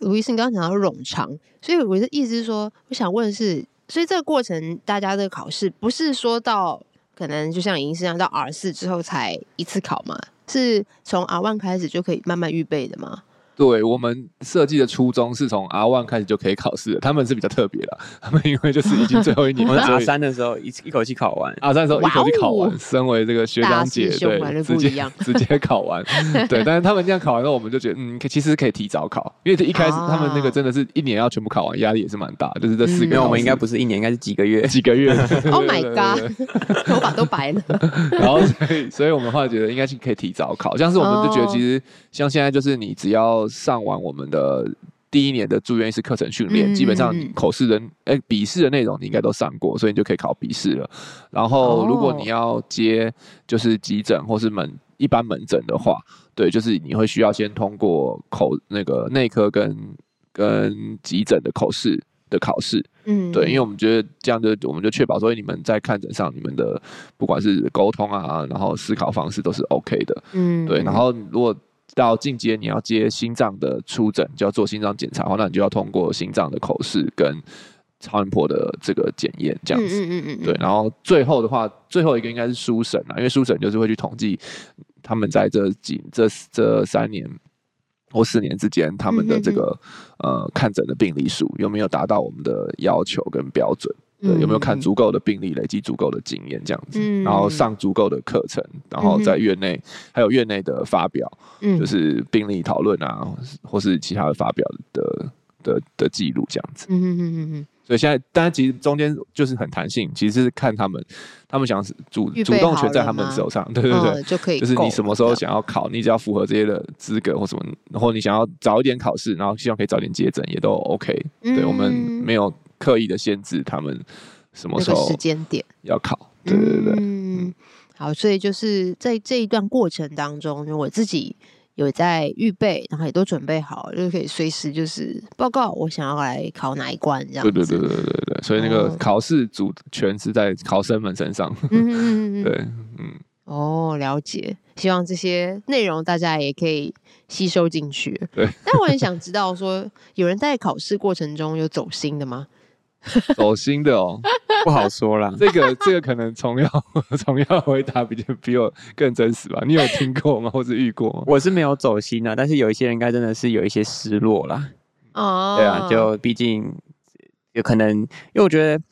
Speaker 2: 那卢医生刚刚讲到冗长，所以我的意思是说，我想问的是，所以这个过程大家的考试不是说到可能就像银师一样到 R 四之后才一次考嘛？是从 R one 开始就可以慢慢预备的吗？
Speaker 1: 对我们设计的初衷是从 R one 开始就可以考试的，他们是比较特别的，啊他们因为就是已经最后
Speaker 2: [LAUGHS]
Speaker 1: 一年，
Speaker 3: 我们
Speaker 1: 所
Speaker 3: 大
Speaker 1: 以
Speaker 3: 三的时候一一口气考完，
Speaker 1: R 三的时候一口气考完，
Speaker 2: 哇哦
Speaker 1: 身为这个学长姐，
Speaker 2: 大师兄完
Speaker 1: 对，
Speaker 2: 全
Speaker 1: 直
Speaker 2: 不一
Speaker 1: 接
Speaker 2: 样
Speaker 1: 直接考完，
Speaker 2: [LAUGHS]
Speaker 1: 对，但是他们这样考完之后，我们就觉得，嗯，可其实可以提早考，因为一开始
Speaker 2: 啊
Speaker 1: 他们那个真的是一年要全部考完，压力也是蛮大，就是这四个
Speaker 2: 嗯
Speaker 3: 没
Speaker 1: 考试，
Speaker 3: 有，我们应该不是一年，应该是几个
Speaker 1: [LAUGHS]
Speaker 3: 月。
Speaker 1: 几个月
Speaker 2: [LAUGHS] Oh
Speaker 1: ，Oh [LAUGHS]
Speaker 2: my god，头发都白了。
Speaker 1: 然后所以所以我们后来觉得应该是可以提早考，像是我们就
Speaker 2: 哦
Speaker 1: 觉得其实像现在就是你只要上完我们的。第一年的住院医师课程训练，
Speaker 2: 嗯
Speaker 1: 基本上
Speaker 2: 嗯
Speaker 1: 你
Speaker 2: 嗯
Speaker 1: 口试的哎笔试的内容你应该都上过，所以你就可以考笔试了。然后如果
Speaker 2: 哦
Speaker 1: 你要接就是急诊或是门一般门诊的话，对，就是你会需要先通过口那个内科跟跟急诊的口试的考试，
Speaker 2: 嗯，
Speaker 1: [LAUGHS] 对，因为我们觉得这样就我们就确保说你们在看诊上你们的不管是沟通啊，然后思考方式都是 OK 的。
Speaker 2: 嗯，
Speaker 1: 对，然后如果到进阶你要接心脏的出诊，就要做心脏检查的话，那你就要通过心脏的口试跟超音波的这个检验这样子。
Speaker 2: 嗯嗯嗯嗯，
Speaker 1: 对，然后最后的话，最后一个应该是书审啊，因为书审就是会去统计他们在这几这这三年或四年之间他
Speaker 2: 嗯
Speaker 1: 们的这个呃看诊的病例数有没有达到我们的要求跟标准，对，有没有看足够的病例，累积足够的经验这样子，
Speaker 2: 嗯
Speaker 1: 然后上足够的课程，然后在院内还有院内的发表，
Speaker 2: 嗯，
Speaker 1: 就
Speaker 2: 嗯
Speaker 1: 是病例讨论啊，或是或是其他的发表的的的记录这样子。
Speaker 2: 嗯嗯嗯嗯
Speaker 1: 所以现在，当然其实中间就是很弹性，其实是看他们，他们想主
Speaker 2: 预备
Speaker 1: 主动
Speaker 2: 好
Speaker 1: 权在
Speaker 2: 了
Speaker 1: 他们
Speaker 2: 吗
Speaker 1: 手上，对对
Speaker 2: 嗯，
Speaker 1: 对，
Speaker 2: 嗯就可以
Speaker 1: 就是
Speaker 2: 够
Speaker 1: 你什么时候
Speaker 2: 了
Speaker 1: 想要考，你只要符合这些的资格或什么，然后你想要早一点考试，然后希望可以早点接诊，也都 OK、对我们
Speaker 2: 嗯
Speaker 1: 没有刻意的限制他们什么
Speaker 2: 那
Speaker 1: 时
Speaker 2: 个
Speaker 1: 候
Speaker 2: 时间点，
Speaker 1: 要考，对对对对，
Speaker 2: 嗯，好，所以就是在这一段过程当中，我自己有在预备，然后也都准备好，就可以随时就是报告我想要来考哪一关嗯这样子。
Speaker 1: 对对对对对对对，所以那个
Speaker 2: 哦
Speaker 1: 考试主权是在考生们身上。
Speaker 2: 嗯嗯嗯嗯嗯，
Speaker 1: 对，嗯，
Speaker 2: 哦，了解。希望这些内容大家也可以吸收进去。
Speaker 1: 对，
Speaker 2: 但我很想知道说，有人在考试过程中有走心
Speaker 1: [LAUGHS]
Speaker 2: 的吗？
Speaker 1: 走心的哦，
Speaker 3: 不好说啦。
Speaker 1: 这个 [LAUGHS] 这个可能从要从要回答比较比我更真实吧？你有听过吗？ [LAUGHS] 或者遇过吗？
Speaker 3: [LAUGHS] 我是没有走心啊，但是有一些人应该真的是有一些失落啦。
Speaker 2: 哦，
Speaker 3: 对啊，就毕竟有可能，因为我觉得，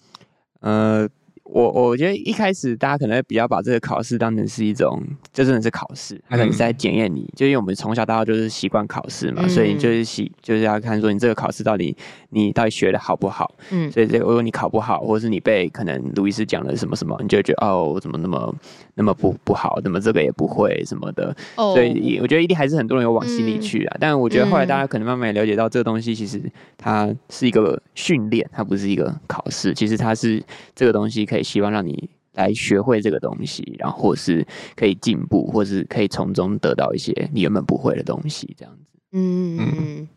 Speaker 3: 呃，我我觉得一开始大家可能会比较把这个考试当成是一种，这真的是考试，它可能是在检验你，就因为我们从小到大就是习惯考试嘛，所以
Speaker 2: 嗯
Speaker 3: 你就是习就是要看说你这个考试到底你到底学的好不好，
Speaker 2: 嗯
Speaker 3: 所以这个如果你考不好，或者是你被可能路易斯讲了什么什么，你就会觉得哦，我怎么那么那么不不好，怎么这个也不会什么的，
Speaker 2: 哦
Speaker 3: 所以我觉得一定还是很多人有往心里去啊。但我觉得后来大家可能慢慢也了解到，这个东西其实它是一个训练，它不是一个考试。其实它是这个东西可以希望让你来学会这个东西，然后或是可以进步，或是可以从中得到一些你原本不会的东西，这样子。
Speaker 2: 嗯嗯嗯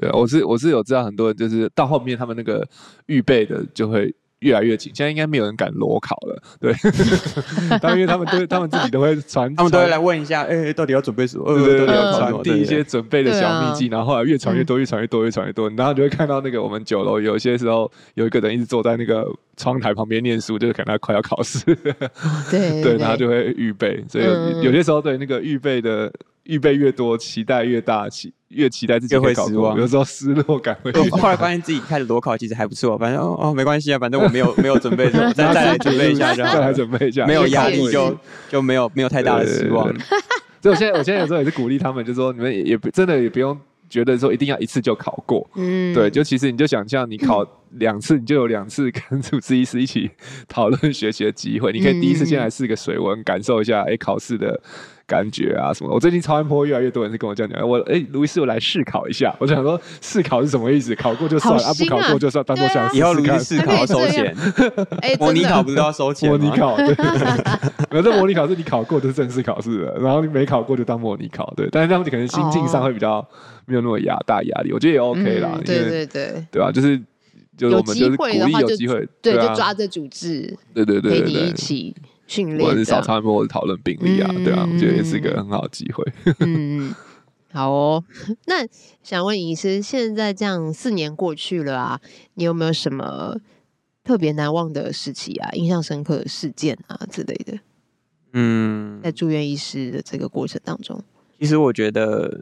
Speaker 1: 对，我是我是有知道很多人就是到后面他们那个预备的就会越来越紧，现在应该没有人敢裸考了， [LAUGHS] 对，但因为他们都他们自己都会传，传。
Speaker 3: 问一下，哎、到底要准备什么？
Speaker 1: 对对对，
Speaker 2: 到底
Speaker 1: 对啊
Speaker 2: 要考
Speaker 1: 传递一些准备的小秘技，然后后来越传越多，越传越多，越传越多，然后你就会看到那个我们酒楼有些时候有一个人一直坐在那个窗台旁边念书，就是可能他快要考试，
Speaker 2: 嗯，
Speaker 1: [LAUGHS]
Speaker 2: 对
Speaker 1: 对，然后就会预备，所以
Speaker 2: 嗯
Speaker 1: 有有些时候对那个预备的预备越多，期待越大，期越期待自己
Speaker 3: 越
Speaker 1: 可以
Speaker 3: 会
Speaker 1: 考
Speaker 3: 失
Speaker 1: 过
Speaker 3: 望
Speaker 1: 有时候失落感会越
Speaker 3: 我后来发现自己开始裸考其实还不错，反正哦哦没关系啊，反正我没有没有准备什么， [LAUGHS] 再再来准备一下就好
Speaker 1: [LAUGHS] 再来
Speaker 3: 了，
Speaker 1: 准备一下，
Speaker 3: 没有
Speaker 2: 也
Speaker 3: 压
Speaker 2: 是也 [LAUGHS]
Speaker 3: 力
Speaker 2: 是
Speaker 3: 就就没有没有太大的失望
Speaker 1: 对。对对所以我现在我现在有时候也是鼓励他们，就说你们也也不真的也不用觉得说一定要一次就考过，
Speaker 2: 嗯
Speaker 1: 对，就其实你就想象你考两次，你就有两次 [LAUGHS] 跟主治医师一
Speaker 2: [LAUGHS]
Speaker 1: 起讨论学习的机会。你
Speaker 2: 嗯
Speaker 1: 可以第一次先来试个水温，感受一下哎考试的感觉啊什么的。我最近超音波越来越多人是跟我这样讲，我哎卢医师我来试考一下，我就想说试考是什么意思？考过就算
Speaker 2: 好
Speaker 1: 啊，不
Speaker 2: 新
Speaker 1: 考
Speaker 2: 啊
Speaker 1: 过就算，当做
Speaker 2: 对啊
Speaker 1: 想
Speaker 3: 以后
Speaker 1: 试试
Speaker 3: 如意
Speaker 1: 看
Speaker 3: 试考要收钱，
Speaker 2: 哎，
Speaker 3: 模拟
Speaker 2: 真的
Speaker 3: 考不是都要收钱啊
Speaker 1: 模
Speaker 3: 吗？
Speaker 1: 拟考，
Speaker 2: [LAUGHS]
Speaker 1: 对，反正模拟考是你考过就是正式考试了，然后你没考过就当模拟考，对。但是他们可能心境上会比较没有那么压大压力，我觉得也 OK 啦，
Speaker 2: 嗯
Speaker 1: 因
Speaker 2: 对
Speaker 1: 为
Speaker 2: 对对
Speaker 1: 对吧？就是就是我们就是鼓励
Speaker 2: 有
Speaker 1: 有
Speaker 2: 机
Speaker 1: 机会，
Speaker 2: 对，
Speaker 1: 啊
Speaker 2: 就抓着组织
Speaker 1: 对对对
Speaker 2: 陪
Speaker 1: 对
Speaker 2: 你一
Speaker 1: 对，
Speaker 2: 起训
Speaker 1: 不管是
Speaker 2: 练，这样
Speaker 1: 少差或者讨论病例啊，
Speaker 2: 嗯
Speaker 1: 对啊，我觉得也是一
Speaker 2: 嗯
Speaker 1: 个很好的机会。
Speaker 2: 嗯，好哦。 [LAUGHS] 那想问尹医师，现在这样四年过去了啊，你有没有什么特别难忘的事情啊、印象深刻的事件啊之类的，
Speaker 3: 嗯
Speaker 2: 在，住院医师的这个过程当中？
Speaker 3: 其实我觉得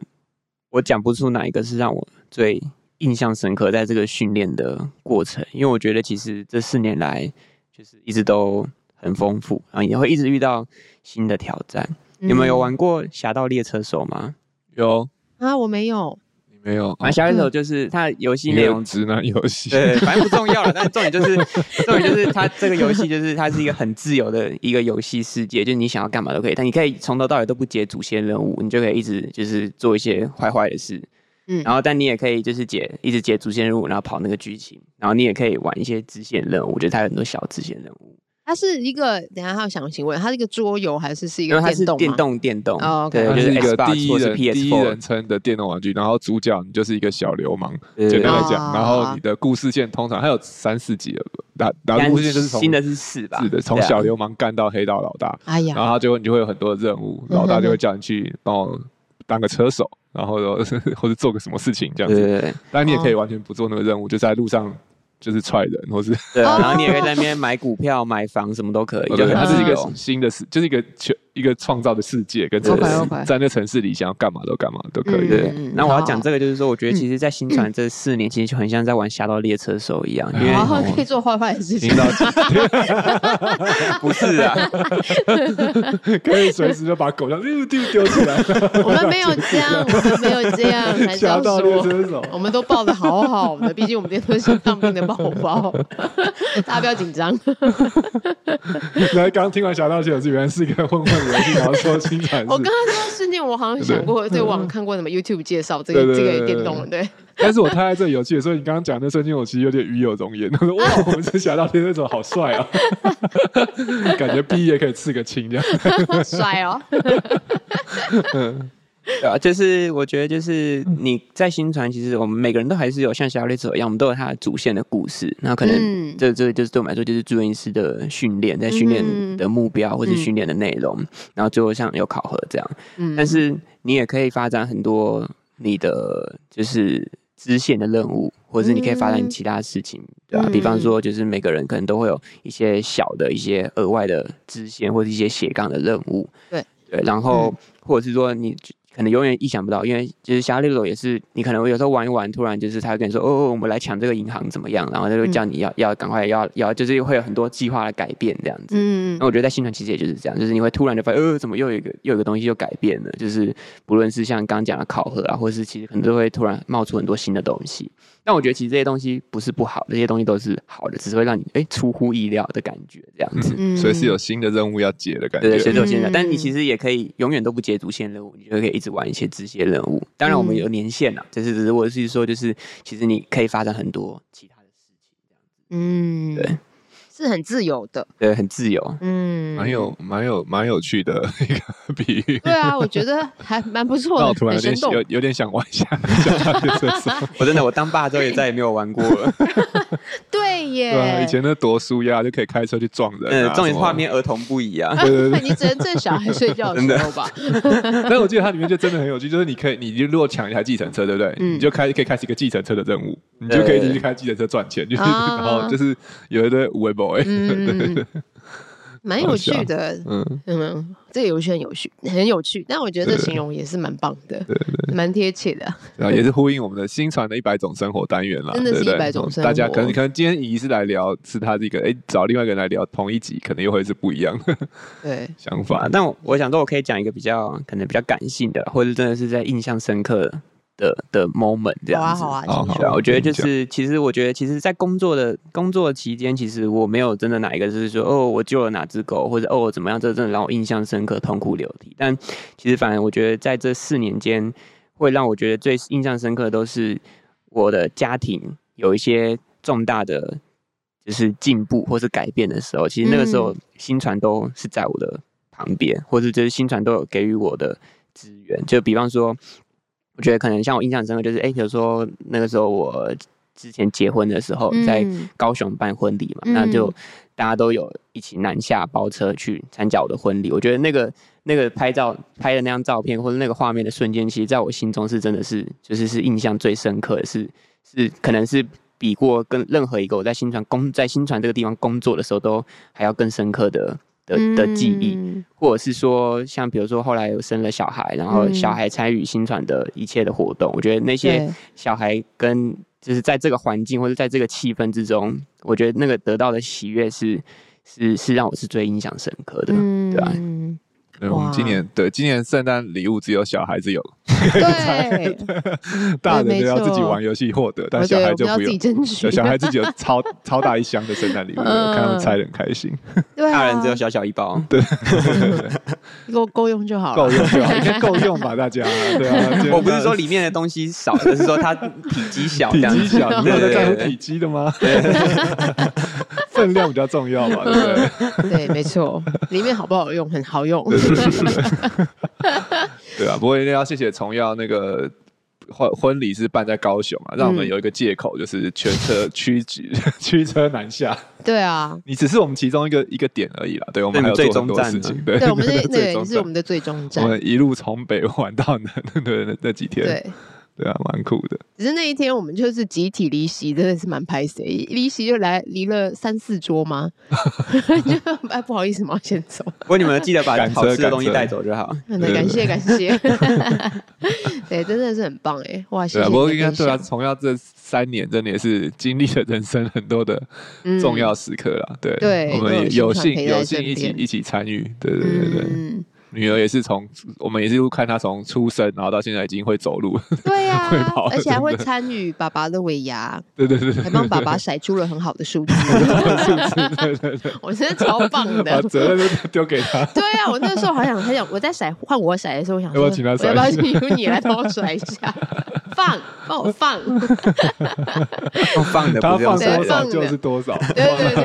Speaker 3: 我讲不出哪一个是让我最印象深刻在这个训练的过程，因为我觉得其实这四年来就是一直都很丰富，然后也会一直遇到新的挑战。你们有
Speaker 2: 嗯
Speaker 3: 玩过《侠盗猎车手》吗？啊
Speaker 1: 有
Speaker 2: 啊？我没有。
Speaker 1: 你没有？哦
Speaker 3: 玩《侠盗猎车手》就是它的游戏
Speaker 1: 你
Speaker 3: 内
Speaker 1: 没
Speaker 3: 容
Speaker 1: 有直男游戏？
Speaker 3: [LAUGHS] 对，反正不重要了。但重点
Speaker 2: [LAUGHS]
Speaker 3: 就是，重点就是它这个游戏就是它是一个很自由的一个游戏世界，就是你想要干嘛都可以，但你可以从头到尾都不解主线任务，你就可以一直就是做一些坏坏的事。
Speaker 2: 嗯
Speaker 3: 然后但你也可以就是解一直解主线任务，然后跑那个剧情，然后你也可以玩一些支线任务。我觉得它有很多小支线任务，
Speaker 2: 它是一个，等一下还有想请问，它是一个桌游还是是一
Speaker 3: 因
Speaker 2: 个
Speaker 3: 为它是
Speaker 2: 动
Speaker 3: 电
Speaker 2: 电
Speaker 3: 动电动，
Speaker 2: 哦，OK
Speaker 3: 对，
Speaker 1: 它
Speaker 3: 就是
Speaker 1: 一个
Speaker 3: Xbox
Speaker 1: 第一
Speaker 3: 或是
Speaker 1: 人第一
Speaker 3: PS4，
Speaker 1: 人称的电动玩具，然后主角你就是一个小流氓，
Speaker 3: 对
Speaker 1: 简单来
Speaker 2: 哦
Speaker 1: 讲，然后你的故事线通常还有三四集了，然然后故事线就是从
Speaker 3: 新的是四吧，
Speaker 1: 是的，从
Speaker 3: 对啊
Speaker 1: 小流氓干到黑道老大，
Speaker 2: 哎
Speaker 1: 然后
Speaker 2: 呀，
Speaker 1: 他就会你就会有很多的任务，
Speaker 2: 嗯
Speaker 1: 老大就会叫你去帮我当个车手，然后 [LAUGHS] 或者做个什么事情这样
Speaker 3: 对对
Speaker 1: 子。
Speaker 3: 对对。
Speaker 1: 但你也
Speaker 2: 哦
Speaker 1: 可以完全不做那个任务，就在路上就是踹人，或是
Speaker 3: 对啊，
Speaker 2: 哦
Speaker 3: 然后你 [LAUGHS] 也可以
Speaker 2: [LAUGHS]
Speaker 3: 在那边买股票、买房，什么都可以，就
Speaker 1: 哦对，它
Speaker 3: 很
Speaker 1: 是
Speaker 3: 自
Speaker 1: 一个
Speaker 3: 由。
Speaker 1: 新的世，就是一个全一个创造的世界，跟城市
Speaker 2: OK，OK
Speaker 1: 在那个城市里想要干嘛都干嘛都可以。
Speaker 2: 嗯
Speaker 3: 对，那我要
Speaker 2: 好嗯
Speaker 3: 讲这个，就是说，我觉得其实，在新传这四年，其实就很像在玩《侠盗猎车手》一样，因为
Speaker 2: 然
Speaker 1: 哦
Speaker 2: 后可以做坏坏的事情
Speaker 1: 听，到
Speaker 3: [LAUGHS] 不是啊，
Speaker 1: [LAUGHS] 可以随时就把狗这样丢丢丢起
Speaker 2: [LAUGHS]
Speaker 1: 来，
Speaker 2: 我们没有这样，我们没有
Speaker 1: [LAUGHS]
Speaker 2: 这样，还是
Speaker 1: 吓
Speaker 2: 要
Speaker 1: 到猎
Speaker 2: 说。
Speaker 1: 车手。
Speaker 2: 我们都抱的好好的，毕竟我们这都是心脏病的宝宝， [LAUGHS] 大家不要紧张。
Speaker 1: 然后刚刚听完《侠盗猎车手》，原来是一个混混游戏，然后说新传
Speaker 2: 我刚
Speaker 1: 是。
Speaker 2: 刚这个事情，我好像想过，对我好像看过什么 YouTube 介绍这个
Speaker 1: 嗯对
Speaker 2: 这
Speaker 1: 对对
Speaker 2: 个电动，对，
Speaker 1: [LAUGHS]
Speaker 2: [LAUGHS]
Speaker 1: 但是我太爱这个游戏，所以你刚刚讲的瞬间，我其实有点鱼有容颜。他说：“哇， [LAUGHS] 我们这侠盗猎车手好帅啊， [LAUGHS] 感觉毕业可以刺个青这样。
Speaker 2: 帅哦，
Speaker 3: [LAUGHS] 对啊，就是我觉得就是你在新传，其实我们每个人都还是有像侠盗猎者一样，我们都有他的主线的故事。那可
Speaker 2: 嗯
Speaker 3: 能这这就是对我们来说就是住院医师的训练，在
Speaker 2: 嗯
Speaker 3: 训练的目标或是训练的内容，然后最后像有考核这样。
Speaker 2: 嗯
Speaker 3: 但是你也可以发展很多你的就是支线的任务，或者是你可以发展
Speaker 2: 嗯
Speaker 3: 你其他事情，对吧、
Speaker 2: 嗯
Speaker 3: 比方说，就是每个人可能都会有一些小的一些额外的支线或者一些斜杠的任务，
Speaker 2: 对嗯
Speaker 3: 对，然后、或者是说你。可能永远意想不到，因为就是侠猎手也是，你可能有时候玩一玩，突然就是他会跟你说，哦，哦我们来抢这个银行怎么样？然后他就
Speaker 2: 嗯
Speaker 3: 叫你要、要赶快要要，就是会有很多计划的改变这样子。
Speaker 2: 嗯
Speaker 3: 那
Speaker 1: 哦
Speaker 3: 我觉得在新传其实也就是这样，就是你会突然就发现，呃，怎么又有一个又有一个东西又改变了？就是不论是像刚刚讲的考核啊，或是其实可能都会突然冒出很多新的东西。但我觉得其实这些东西不是不好，这些东西都是好的，只是会让你哎出乎意料的感觉这样子。
Speaker 2: 嗯
Speaker 1: 随时有新的任务要解的感
Speaker 3: 对对，随
Speaker 1: 觉。
Speaker 3: 手现在，但
Speaker 2: 嗯
Speaker 3: 你其实也可以永远都不接主线任务，你就可以一直玩一些支线任务。当然，我们
Speaker 2: 嗯
Speaker 3: 有年限了，就是只是我是说，就是其实你可以发展很多其他的事情，
Speaker 2: 嗯，
Speaker 3: 对，
Speaker 2: 是很自由的，
Speaker 3: 对，很自由。
Speaker 2: 嗯，
Speaker 1: 蛮有蛮有蛮有趣的一个比喻，
Speaker 2: 对啊，我觉得还蛮不错
Speaker 1: 让我
Speaker 2: 的，
Speaker 1: 突然
Speaker 2: 很
Speaker 1: 有
Speaker 2: 生
Speaker 1: 点
Speaker 2: 动
Speaker 1: 有。有点想玩一下侠盗猎车手。
Speaker 3: 我真的，我当爸之后也再也没有玩过 [LAUGHS] 了。
Speaker 2: 对
Speaker 1: [LAUGHS]
Speaker 2: 耶，
Speaker 1: 对啊，以
Speaker 2: [LAUGHS]
Speaker 1: 前那多舒压就可以开车去撞人、
Speaker 3: 嗯
Speaker 1: 啊。，
Speaker 3: 重点是
Speaker 1: 什么
Speaker 3: 画。面儿童不一样。
Speaker 2: 你只能趁小孩睡觉的时候
Speaker 1: [LAUGHS]
Speaker 2: 吧。
Speaker 1: 但是我记得它里面就真的很有趣，就是你可以，你就如果抢一台计程车，对不对？
Speaker 2: 嗯
Speaker 1: 你就开可以开始一个计程车的任务，你
Speaker 3: 对
Speaker 1: 就可以一直开计程车赚钱，就是、
Speaker 2: 啊
Speaker 1: [LAUGHS] 然后就是有一堆五位 boy，
Speaker 2: 嗯，嗯嗯蛮有趣的。
Speaker 1: 嗯，
Speaker 2: 嗯，这个游戏很有趣，很有趣。但我觉得这形容也是蛮棒的，蛮贴切的。
Speaker 1: 然后啊也是呼应我们的新传的一百种生活单元啦，
Speaker 2: 真的是
Speaker 1: 对不对
Speaker 2: 100种生活
Speaker 1: 大家可能可能今天仪是来聊是他这个，哎，找另外一个人来聊同一集，可能又会是不一样的
Speaker 2: 对，
Speaker 1: 想
Speaker 3: 啊
Speaker 1: 法。
Speaker 3: 但我我想说，我可以讲一个比较可能比较感性的，或者真的是在印象深刻的的的 moment 这
Speaker 2: 好
Speaker 3: 样
Speaker 2: 啊，
Speaker 3: 子。
Speaker 2: 好啊，
Speaker 1: 好
Speaker 2: 请
Speaker 1: 好
Speaker 3: 对啊，
Speaker 2: 说。
Speaker 3: 我觉得就
Speaker 1: 嗯
Speaker 3: 是，其实我觉得，其实，在工作的工作期间，其实我没有真的哪一个就是说，哦，我救了哪只狗，或者哦怎么样，这真的让我印象深刻，痛哭流涕。但其实，反而我觉得，在这四年间，会让我觉得最印象深刻的都是我的家庭有一些重大的就是进步或是改变的时候，其实那个时候新传都是在我的旁边，或者就是新传都有给予我的资源。就比方说，我觉得可能像我印象深刻，就是哎、诶比如说那个时候我之前结婚的时候，在
Speaker 2: 嗯
Speaker 3: 高雄办婚礼嘛，
Speaker 2: 嗯
Speaker 3: 那就大家都有一起南下包车去参加我的婚礼。我觉得那个那个拍照拍的那张照片或者那个画面的瞬间，其实在我心中是真的是就是是印象最深刻的是是可能是。比过跟任何一个我在新传工在新传这个地方工作的时候都还要更深刻的的的记忆，
Speaker 2: 嗯
Speaker 3: 或者是说，像比如说后来有生了小孩，然后
Speaker 2: 嗯
Speaker 3: 小孩参与新传的一切的活动，我觉得那些
Speaker 2: 对，
Speaker 3: 小孩跟就是在这个环境或者在这个气氛之中，我觉得那个得到的喜悦是是是让我是最印象深刻的。
Speaker 2: 嗯
Speaker 3: 对啊
Speaker 1: 对我
Speaker 2: 哇
Speaker 1: 们今年对今年圣诞礼物只有小孩子有，
Speaker 3: 啊
Speaker 1: [LAUGHS]
Speaker 2: 对，
Speaker 1: 大
Speaker 2: 对
Speaker 1: 人
Speaker 2: 没
Speaker 1: 的要自己
Speaker 2: 错
Speaker 1: 玩游戏获得，但
Speaker 2: 我
Speaker 1: 小
Speaker 2: 觉得
Speaker 1: 孩
Speaker 2: 我
Speaker 1: 就
Speaker 2: 们要
Speaker 1: 不
Speaker 2: 自
Speaker 1: 用
Speaker 2: 己。争取
Speaker 1: 有。小孩自
Speaker 2: [LAUGHS]
Speaker 1: 己有超超大一箱的圣诞礼物，我看他
Speaker 2: 嗯
Speaker 1: 们拆的很开心，
Speaker 2: 对
Speaker 3: 大人
Speaker 2: 啊
Speaker 3: 只，有小小一包，
Speaker 2: 够够用就好
Speaker 1: 够
Speaker 2: 了。
Speaker 1: 用就好，应该够用吧，大家。对
Speaker 2: [LAUGHS]
Speaker 3: [LAUGHS]
Speaker 1: 啊，
Speaker 3: 我不是说里面的东西少，而是说 [LAUGHS] 它体积小，
Speaker 1: 体
Speaker 3: 这样
Speaker 1: 积
Speaker 3: 子
Speaker 1: 小，你没
Speaker 3: 对
Speaker 1: 有在
Speaker 3: 对
Speaker 1: 在乎
Speaker 3: 对
Speaker 1: 体
Speaker 3: 对，
Speaker 1: 积的吗？ [LAUGHS] 分量比较重要嘛，对不对？
Speaker 2: 对，没错，里面好不好用，很好用。
Speaker 1: 对啊，不过一定要谢谢重耀那个。婚婚礼是办在高雄啊，让我们
Speaker 2: 嗯
Speaker 1: 有一个借口，就是全车驱 [LAUGHS] 驱驱车南下。
Speaker 2: [LAUGHS] 对啊，
Speaker 1: 你只是我们其中一个一个点而已啦，对我们还有
Speaker 3: 对
Speaker 1: 做很
Speaker 3: 最终
Speaker 1: 多
Speaker 3: 站
Speaker 1: 事
Speaker 3: 呢
Speaker 1: 情。 [LAUGHS] 对，
Speaker 2: 对，我们是
Speaker 1: 最
Speaker 2: 对，
Speaker 1: 终
Speaker 2: 你是我
Speaker 1: 站
Speaker 2: 们的最终
Speaker 1: 我
Speaker 2: 站。
Speaker 1: 们一路从北玩到南，对那那几天，
Speaker 2: 对，
Speaker 1: 对啊，蛮酷的。
Speaker 2: 只是那一天我们就是集体离席，真的是蛮拍谁离席就来离了三四桌吗？ [LAUGHS] 就哎不好意思嘛，先走。
Speaker 3: 不过你们记得把
Speaker 1: 赶车
Speaker 3: 好吃的东西
Speaker 1: 赶车
Speaker 3: 带走就好。
Speaker 2: 对，
Speaker 1: 对
Speaker 2: 感谢感谢。 [LAUGHS] 对，真的是很棒哎，哇，谢
Speaker 1: [LAUGHS] 对
Speaker 2: 谢
Speaker 1: 啊，
Speaker 2: [LAUGHS] 你
Speaker 1: 不
Speaker 2: 的
Speaker 1: 过
Speaker 2: 分
Speaker 1: 应该
Speaker 2: 享。
Speaker 1: 对啊，重要这三年真的也是经历了人生很多的
Speaker 2: 嗯
Speaker 1: 重要时刻啦。对，
Speaker 2: 对
Speaker 1: 我们也
Speaker 2: 都有
Speaker 1: 有
Speaker 2: 新传
Speaker 1: 幸
Speaker 2: 陪在
Speaker 1: 有幸
Speaker 2: 身
Speaker 1: 一起
Speaker 2: 边
Speaker 1: 一起参与，对对对对，
Speaker 2: 嗯，
Speaker 1: 女儿也是从我们也是看她从出生，然后到现在已经会走路，
Speaker 2: 对呀、
Speaker 1: 啊 [LAUGHS] 会跑
Speaker 2: 而且还会
Speaker 1: 真的
Speaker 2: 参与爸爸的尾牙，
Speaker 1: 对对对对
Speaker 2: 还帮爸爸甩出了很好的
Speaker 1: [LAUGHS]
Speaker 2: 数字，
Speaker 1: 对对对，
Speaker 2: [LAUGHS] 我觉得超棒
Speaker 1: 把
Speaker 2: 的。
Speaker 1: 责任都丢给
Speaker 3: [LAUGHS]
Speaker 1: 她。
Speaker 2: 对啊，我那时候好想很想，我在甩换我甩的时候，我
Speaker 1: 要
Speaker 2: 想
Speaker 1: 不
Speaker 2: 说，
Speaker 1: 要请他甩
Speaker 2: 我要
Speaker 1: 一
Speaker 2: 不要请你来帮我甩一下？ [LAUGHS] 放，帮我放。
Speaker 3: 哦放的
Speaker 1: 她
Speaker 3: 不是用
Speaker 1: 放
Speaker 2: 对
Speaker 1: 多
Speaker 3: 甩
Speaker 1: 少
Speaker 2: 放
Speaker 3: 的，
Speaker 1: 就是多少，
Speaker 2: 对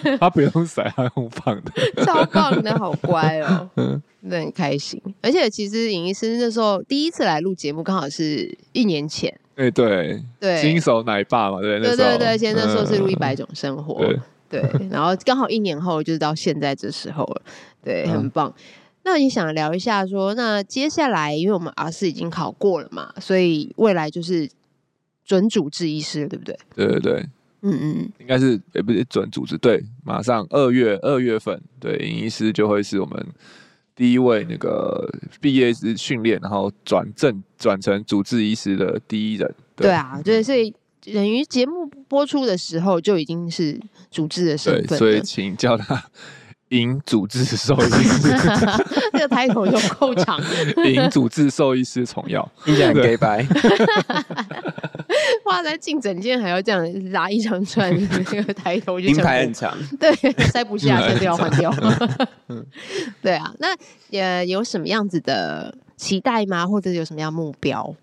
Speaker 1: 对， [LAUGHS] 她不用甩，她用放的。 [LAUGHS]
Speaker 2: 超棒的，好乖哦，
Speaker 1: 嗯
Speaker 2: 真的很开心。而且其实影医师那时候第一次来录节目，刚好是一年前，
Speaker 1: 哎，对，新
Speaker 2: 对，
Speaker 1: 手奶爸嘛，对那
Speaker 2: 对
Speaker 1: 时候
Speaker 2: 对对，而且那时候是录
Speaker 1: 嗯
Speaker 2: 一百种生活，
Speaker 1: 对
Speaker 2: 对，然后刚好一年后就是到现在这时候了，对，
Speaker 1: 嗯
Speaker 2: 很棒。那也想聊一下说，那接下来因为我们 R 四已经考过了嘛，所以未来就是准主治医师，对不对？
Speaker 1: 对对对，
Speaker 2: 嗯嗯，
Speaker 1: 应该是也不是准组织，对，马上二月二月份，对，尹医师就会是我们第一位那个毕业是训练，然后转正转成主治医师的第一人。嗯
Speaker 2: 对，啊，对，所以等于节目播出的时候就已经是主治的身
Speaker 1: 对，
Speaker 2: 份
Speaker 1: 所以
Speaker 2: 了，
Speaker 1: 请叫他 [LAUGHS] 尹主治兽医
Speaker 2: [LAUGHS]
Speaker 1: 师，
Speaker 2: 这个抬头就够长。
Speaker 1: 尹主治兽医师重耀。
Speaker 3: 听起来很 gay 白。
Speaker 2: 哇，在进诊间还要这样拉一长串，那个抬头就
Speaker 3: 名
Speaker 2: 想
Speaker 3: 牌
Speaker 2: 说
Speaker 3: 很长，
Speaker 2: 对，塞不下，
Speaker 1: 嗯
Speaker 2: 塞掉换
Speaker 3: [LAUGHS]
Speaker 2: 掉。
Speaker 3: 嗯
Speaker 2: 对啊，那也有什么样子的期待吗？或者有什么样目标、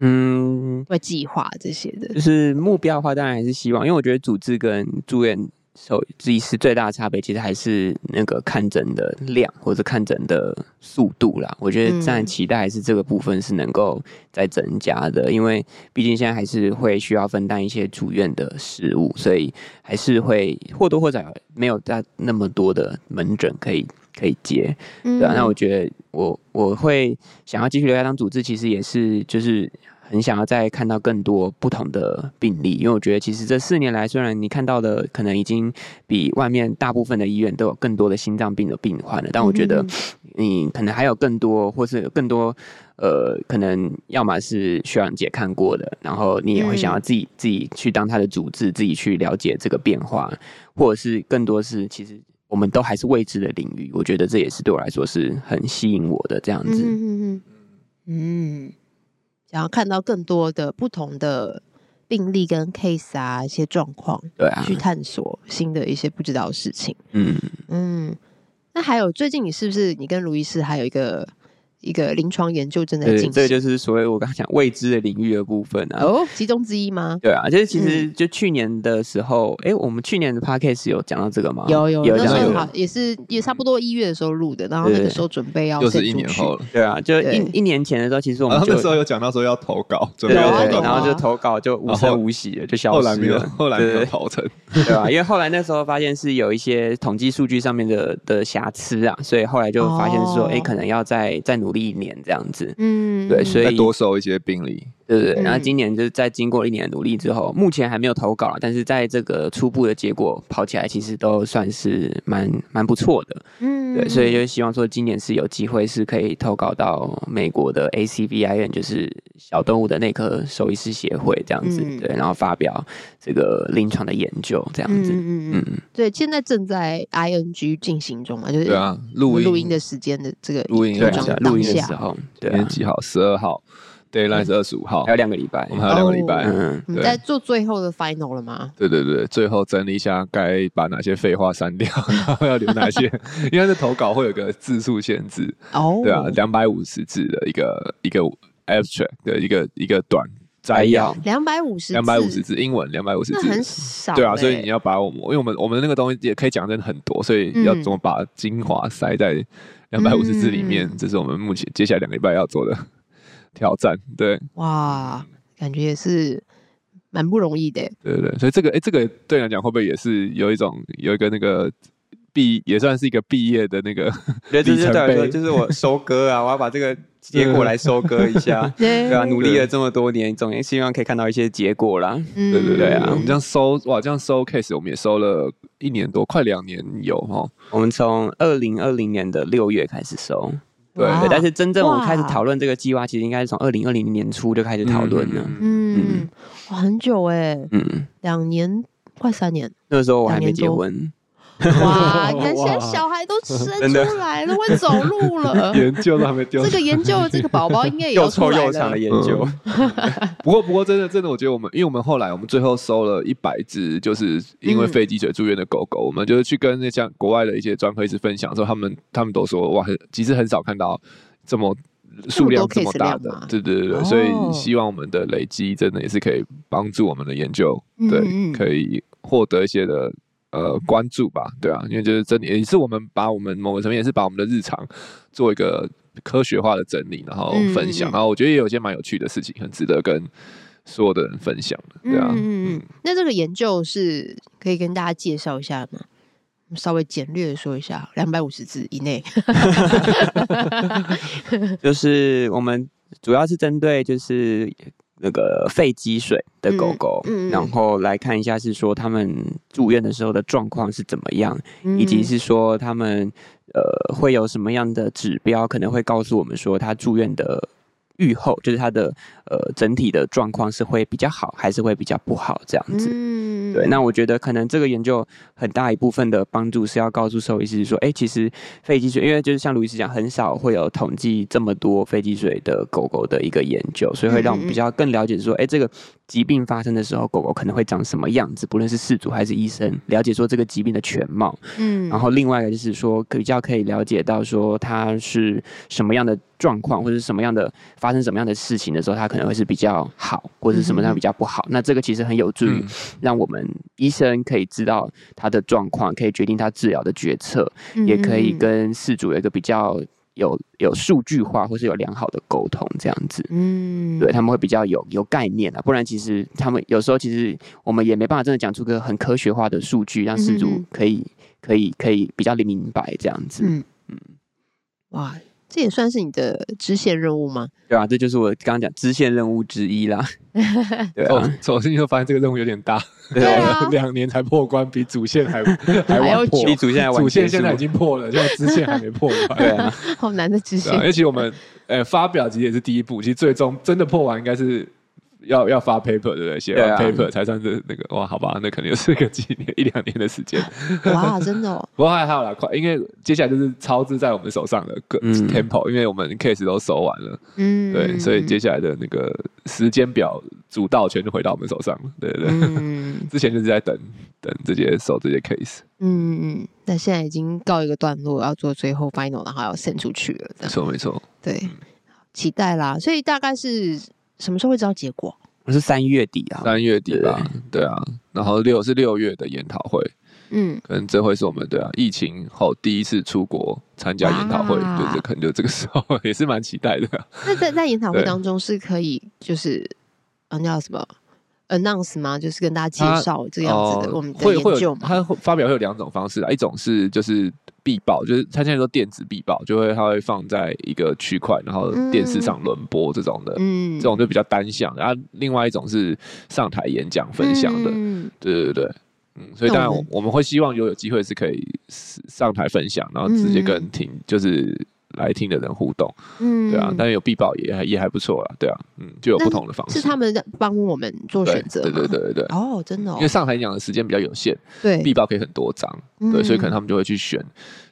Speaker 3: 嗯，
Speaker 2: 或计划这些的？
Speaker 3: 就是目标的话，当然还是希望，因为我觉得主治跟住院手医师最大的差别，其实还是那个看诊的量或者看诊的速度啦。我觉得当然
Speaker 2: 嗯
Speaker 3: 期待还是这个部分是能够再增加的，因为毕竟现在还是会需要分担一些住院的事务，所以还是会或多或少没有在那么多的门诊可以可以接。
Speaker 2: 嗯
Speaker 3: 对啊，那我觉得我我会想要继续留下当主治，其实也是就是很想要再看到更多不同的病例，因为我觉得其实这四年来，虽然你看到的可能已经比外面大部分的医院都有更多的心脏病的病患了，但我觉得
Speaker 2: 嗯
Speaker 3: 你可能还有更多，或是有更多。呃，可能要么是学长姐看过的，然后你也会
Speaker 2: 嗯
Speaker 3: 想要自己、自己去当他的主治，自己去了解这个变化，或者是更多是其实我们都还是未知的领域，我觉得这也是对我来说是很吸引我的这样
Speaker 2: 嗯
Speaker 3: 子。
Speaker 2: 嗯嗯嗯，嗯想要看到更多的不同的病例跟 case 啊，一些状况，
Speaker 3: 对啊，
Speaker 2: 去探索新的一些不知道的事情。
Speaker 3: 嗯，
Speaker 2: 嗯，那还有最近你是不是你跟卢医师还有一个一个临床研究正在
Speaker 3: 对，
Speaker 2: 进行？
Speaker 3: 这个就是所谓我刚刚讲未知的领域的部分啊。
Speaker 2: 哦，其中之一吗？
Speaker 3: 对啊，就是其实
Speaker 2: 嗯
Speaker 3: 就去年的时候，哎、我们去年的 podcast 有讲到这个吗？
Speaker 2: 有有，
Speaker 3: 啊有
Speaker 2: 那
Speaker 3: 讲到
Speaker 2: 时
Speaker 3: 这
Speaker 2: 候
Speaker 3: 个
Speaker 2: 好。也是也差不多一月的时候录的，然后那个
Speaker 3: 对
Speaker 2: 时候准备要
Speaker 1: 又
Speaker 2: 送
Speaker 1: 是一
Speaker 2: 出
Speaker 1: 年
Speaker 2: 去
Speaker 1: 后，了，
Speaker 3: 对啊，就一
Speaker 2: 对
Speaker 3: 一年前的时候，其实我
Speaker 1: 然后
Speaker 3: 们就
Speaker 1: 哦那时候有讲到说要投稿，准
Speaker 3: 对
Speaker 1: 备
Speaker 3: 对
Speaker 1: 要
Speaker 2: 有
Speaker 1: 投
Speaker 2: 啊
Speaker 3: 对，
Speaker 2: 有
Speaker 1: 稿，
Speaker 3: 然后就投稿就无
Speaker 1: 然后
Speaker 3: 声无息的就消
Speaker 1: 后
Speaker 3: 失
Speaker 1: 来
Speaker 3: 了，
Speaker 1: 没有，后来没
Speaker 3: 对
Speaker 1: 有
Speaker 3: 对
Speaker 1: 投成。
Speaker 3: 对啊，因为后来那时候发现是有一些统计数据上面的的瑕疵啊，所以后来就发现是说，
Speaker 2: 哦
Speaker 3: 哎、可能要再再努力一年这样子。
Speaker 2: 嗯，
Speaker 3: 对，所
Speaker 1: 再
Speaker 3: 以
Speaker 1: 多收一些病例，
Speaker 3: 对对对，然后
Speaker 2: 嗯
Speaker 3: 今年就是在经过一年的努力之后，目前还没有投稿啦，啊但是在这个初步的结果跑起来，其实都算是蛮蛮不错的。
Speaker 2: 嗯
Speaker 3: 对，所以就希望说今年是有机会是可以投稿到美国的 ACVIN，就是小动物的内科兽医师协会这样子，
Speaker 2: 嗯
Speaker 3: 对，然后发表这个临床的研究这样子。
Speaker 2: 嗯嗯嗯，
Speaker 3: 嗯，
Speaker 2: 对，现在正在 ing 进行中嘛，就是
Speaker 1: 对啊，录音
Speaker 2: 录音的时间的这个
Speaker 1: 录音
Speaker 3: 对
Speaker 1: 对
Speaker 3: 啊，
Speaker 1: 啊
Speaker 3: 是啊
Speaker 2: 当
Speaker 3: 录音的
Speaker 2: 下
Speaker 3: 时候，
Speaker 1: 今
Speaker 3: 对啊
Speaker 1: 天，几号？十二号，deadline 是二十五号
Speaker 3: 还，有两个礼拜
Speaker 1: 我。们还有两个礼拜。
Speaker 3: 嗯，
Speaker 2: 你
Speaker 1: 对
Speaker 2: 在做最后的 final 了吗？
Speaker 1: 对对对，最后整理一下该把哪些废话删掉， [LAUGHS] 然后要留哪些，因为这投稿会有个字数限制，
Speaker 2: 哦，
Speaker 1: 对啊，两百五十字的一个一个 abstract 的一个一个短摘
Speaker 3: 摘
Speaker 1: 要
Speaker 3: 要，
Speaker 2: 两百五十，
Speaker 1: 两百五十，字英文两百五十
Speaker 2: 那
Speaker 1: 字，
Speaker 2: 很少欸，
Speaker 1: 对啊，所以你要把我们，因为我们我们那个东西也可以讲真的很多，所以要怎么把精华塞在两百五十字里面，
Speaker 2: 嗯
Speaker 1: 这是我们目前接下来两个礼拜要做的挑战。对
Speaker 2: 哇，感觉也是蛮不容易的欸，
Speaker 1: 对对，所以这个哎、诶这个对你来讲会不会也是有一种有一个那个毕也算是一个毕业的那
Speaker 2: [LAUGHS]
Speaker 1: 个
Speaker 3: 我觉得这
Speaker 1: 里
Speaker 3: 是
Speaker 1: 程
Speaker 3: 对我来说，
Speaker 1: 碑
Speaker 3: 就是我收割啊，我要把这个结果来收割一下。
Speaker 1: 嗯
Speaker 2: 对
Speaker 1: [LAUGHS]
Speaker 3: 对啊，努力
Speaker 1: 对
Speaker 3: 了这么多年，总也希望可以看到一些结果啦。
Speaker 2: 嗯
Speaker 1: 对对
Speaker 3: 对啊
Speaker 1: 我们这样收哇，这样收 case 我们也收了一年多，快两年有哈。
Speaker 3: 我们从二零二零年的六月开始收，
Speaker 1: 对
Speaker 2: 哇
Speaker 3: 对，但是真正我们开始
Speaker 2: 哇
Speaker 3: 讨论这个计划，其实应该是从二零二零年初就开始讨论了。
Speaker 2: 嗯，哇，很久哎，
Speaker 3: 嗯，
Speaker 2: 两年快三年，
Speaker 3: [LAUGHS] 那时候我还
Speaker 2: 两
Speaker 3: 没
Speaker 2: 年
Speaker 3: 结
Speaker 2: 多
Speaker 3: 婚，
Speaker 2: 哇，看现在小孩都生出来了，会走路了。
Speaker 3: [LAUGHS]
Speaker 1: 研究都还没丢
Speaker 2: 这。个研究的这个宝宝应该也要
Speaker 3: 又
Speaker 2: 出
Speaker 3: 臭
Speaker 2: 来
Speaker 3: 又长的
Speaker 2: 了。
Speaker 3: 研究，
Speaker 1: 嗯不过，不过，真的，真的，我觉得我们，因为我们后来，我们最后收了一百只，就是因为肺积水住院的狗狗。我们就是去跟那像国外的一些专科医师分享的时候，他们他们都说，哇，很其实很少看到这么数量
Speaker 2: 这
Speaker 1: 这么
Speaker 2: 么多 case
Speaker 1: 大
Speaker 2: 量吗
Speaker 1: 的。对对对对，
Speaker 2: 哦
Speaker 1: 所以希望我们的累积真的也是可以帮助我们的研究，
Speaker 2: 嗯
Speaker 1: 对，
Speaker 2: 嗯嗯
Speaker 1: 可以获得一些的。呃，关注吧，对啊，因为就是真的也是我们把我们某个层面也是把我们的日常做一个科学化的整理，然后
Speaker 2: 嗯
Speaker 1: 分享，
Speaker 2: 嗯嗯
Speaker 1: 然后我觉得也有一些蛮有趣的事情，很值得跟所有的人分享的，对啊，
Speaker 2: 嗯嗯嗯。那这个研究是可以跟大家介绍一下吗？稍微简略的说一下，两百五十字以内。
Speaker 3: 就是我们主要是针对就是那个肺积水的狗狗，
Speaker 2: 嗯嗯嗯
Speaker 3: 然后来看一下是说他们住院的时候的状况是怎么样，
Speaker 2: 嗯
Speaker 3: 以及是说他们呃会有什么样的指标可能会告诉我们说他住院的。预后就是他的呃整体的状况是会比较好，还是会比较不好这样子？
Speaker 2: 嗯
Speaker 3: 对，那我觉得可能这个研究很大一部分的帮助是要告诉兽医师说，哎，其实肺积水，因为就是像卢医师讲，很少会有统计这么多肺积水的狗狗的一个研究，所以会让
Speaker 2: 嗯
Speaker 3: 我们比较更了解说，哎，这个疾病发生的时候，狗狗可能会长什么样子，不论是饲主还是医生，了解说这个疾病的全貌。
Speaker 2: 嗯
Speaker 3: 然后另外一个就是说，比较可以了解到说它是什么样的状况，或者是什么样的发生什么样的事情的时候，它可能会是比较好，或者是什么样比较不好。那这个其实很有助于
Speaker 1: 嗯
Speaker 3: 让我们医生可以知道他的状况，可以决定他治疗的决策，
Speaker 2: 嗯
Speaker 3: 也可以跟事主有一个比较有有数据化或是有良好的沟通这样子。
Speaker 2: 嗯
Speaker 3: 对他们会比较有有概念啊，不然其实他们有时候其实我们也没办法真的讲出个很科学化的数据，让事
Speaker 2: 嗯
Speaker 3: 主
Speaker 2: 哼
Speaker 3: 可以可以可以比较明白这样子，
Speaker 2: 嗯哇，这也算是你的支线任务吗？ [LAUGHS]
Speaker 3: 对啊，这就是我刚刚讲支线任务之一啦，对
Speaker 1: 哦
Speaker 3: 啊，，
Speaker 1: 首先就发现这个任务有点大，
Speaker 3: [LAUGHS] 对
Speaker 2: 对啊
Speaker 1: 两年才破关，比主线还还
Speaker 2: 还要
Speaker 1: 晚
Speaker 2: 久
Speaker 1: 破
Speaker 3: 比。主线还晚
Speaker 1: 主线
Speaker 3: 结束
Speaker 1: 现在已经破了，就支线还没破完。
Speaker 3: 对啊，
Speaker 2: 好难的支
Speaker 1: 对
Speaker 2: 线 [LAUGHS]
Speaker 1: 啊，。而且我们呃发表其实也是第一步，其实最终真的破完应该是要要发 paper 对不对？写
Speaker 3: 对
Speaker 1: 完
Speaker 3: 啊
Speaker 1: paper 才算是那个哇，好吧，那可能又是个几年一两年的时间。 [LAUGHS]
Speaker 2: [LAUGHS] 哇，真的哦，
Speaker 1: 不过还好啦，快，因为接下来就是超支在我们手上的个
Speaker 3: 嗯
Speaker 1: tempo，、因为我们 case 都收完了，
Speaker 2: 嗯，
Speaker 1: 对，所以接下来的那个时间表主导权就回到我们手上了，对对对。
Speaker 2: 嗯
Speaker 1: 之前就是在等等这些收这些 case，
Speaker 2: 嗯嗯，那现在已经告一个段落，要做最后 final，然后要 send 出去了，这样
Speaker 1: 错没错，
Speaker 2: 对，
Speaker 1: 嗯
Speaker 2: 期待啦。所以大概是什么时候会知道结果？
Speaker 3: 我是三月底啊，
Speaker 1: 三月底吧，对啊，然后六是六月的研讨会，
Speaker 2: 嗯，
Speaker 1: 可能这会是我们对啊疫情后第一次出国参加研讨会，
Speaker 2: 哇
Speaker 1: 对，这可能就这个时候也是蛮期待的、
Speaker 2: 那在在研讨会
Speaker 1: 对
Speaker 2: 当中是可以就是啊，那叫什么 announce 吗？就是跟大家
Speaker 1: 他哦
Speaker 2: 介绍这样子的、我们的
Speaker 1: 会会
Speaker 2: 研究
Speaker 1: 有
Speaker 2: 嘛。
Speaker 1: 它会发表会有两种方式啊，一种是就是必报，就是它现在说电子必报，就会它会放在一个区块，然后电视上轮播这种的，
Speaker 2: 嗯
Speaker 1: 这种就比较单向。然后另外一种是上台演讲分享的，
Speaker 2: 嗯
Speaker 1: 对对对，嗯，所以
Speaker 2: 那
Speaker 1: 当然
Speaker 2: 我
Speaker 1: 我
Speaker 2: 们
Speaker 1: 我们会希望有有机会是可以上台分享，然后直接跟听、就是来听的人互动，
Speaker 2: 嗯
Speaker 1: 对啊，但有必报也还也还不错啦，对啊，嗯，就有不同的方式，
Speaker 2: 是他们在帮我们做
Speaker 1: 对
Speaker 2: 选择
Speaker 1: 对
Speaker 2: 吗，
Speaker 1: 对对对对。
Speaker 2: 哦，真的、哦
Speaker 1: 因为，上台演讲的时间比较有限，
Speaker 2: 对，嗯
Speaker 1: 必报可以很多张，对，所以可能他们就会去选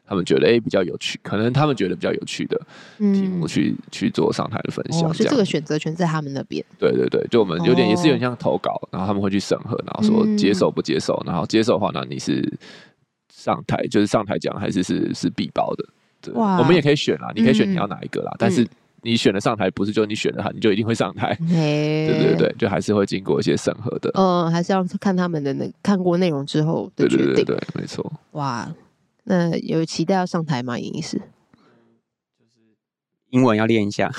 Speaker 1: 他们觉得诶比较有趣，可能他们觉得比较有趣的
Speaker 2: 嗯
Speaker 1: 题目去、去做上台的分享，
Speaker 2: 哦，所以这
Speaker 1: 样
Speaker 2: 个选择权在他们那边。
Speaker 1: 对对对，就我们有点也是有点
Speaker 2: 哦
Speaker 1: 像投稿，然后他们会去审核，然后说接受不接受，然后接受的话，那你是上台就是上台讲，还是是是必报的？对，
Speaker 2: 哇
Speaker 1: 我们也可以选啦，你可以选
Speaker 2: 嗯
Speaker 1: 你要哪一个啦，但是你选了上台，不是就你选了它，你就一定会上台？嗯
Speaker 2: 嘿，
Speaker 1: 对对，对，就还是会经过一些审核的。
Speaker 2: 呃，还是要看他们的那看过内容之后
Speaker 1: 对
Speaker 2: 的决
Speaker 1: 对对
Speaker 2: 定。
Speaker 1: 对对，没错。
Speaker 2: 哇，那有期待要上台吗？尹医师？ [LAUGHS]
Speaker 3: 英文要练一下，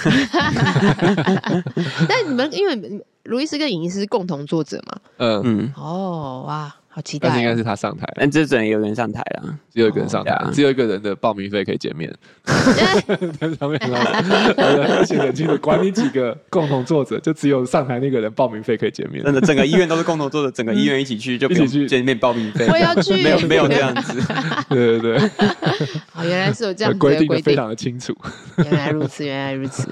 Speaker 2: 但你们因为你们卢医师跟尹医师是共同作者嘛？
Speaker 1: 嗯，
Speaker 3: 嗯，
Speaker 2: 哦，哇，好期
Speaker 1: 但是应
Speaker 2: 待
Speaker 1: 该
Speaker 2: 哦！
Speaker 1: 是他上台，
Speaker 3: [LAUGHS] 但这准有人上台了，
Speaker 1: 只有一个人上台
Speaker 3: 哦，
Speaker 1: 只有一个人的报名费可以减免。在上面然后，而且很清楚，管你几个共同作者，就只有上台那个人报名费可以减免。
Speaker 3: 真的整个医院都是共同做的，整个医院一起去就
Speaker 1: [LAUGHS]
Speaker 3: 不
Speaker 1: 一起
Speaker 3: 用
Speaker 1: 去
Speaker 3: 见面报名费，
Speaker 2: 我要去
Speaker 3: 没有没有这样子。
Speaker 1: 对对对。
Speaker 2: 好，哦原来是
Speaker 1: [LAUGHS]
Speaker 2: 有这样子
Speaker 1: 规
Speaker 2: 的
Speaker 1: 定的
Speaker 2: 规
Speaker 1: 非
Speaker 2: 定，
Speaker 1: 常的清楚。
Speaker 2: 原来如此，原来如
Speaker 1: 啊
Speaker 2: 此。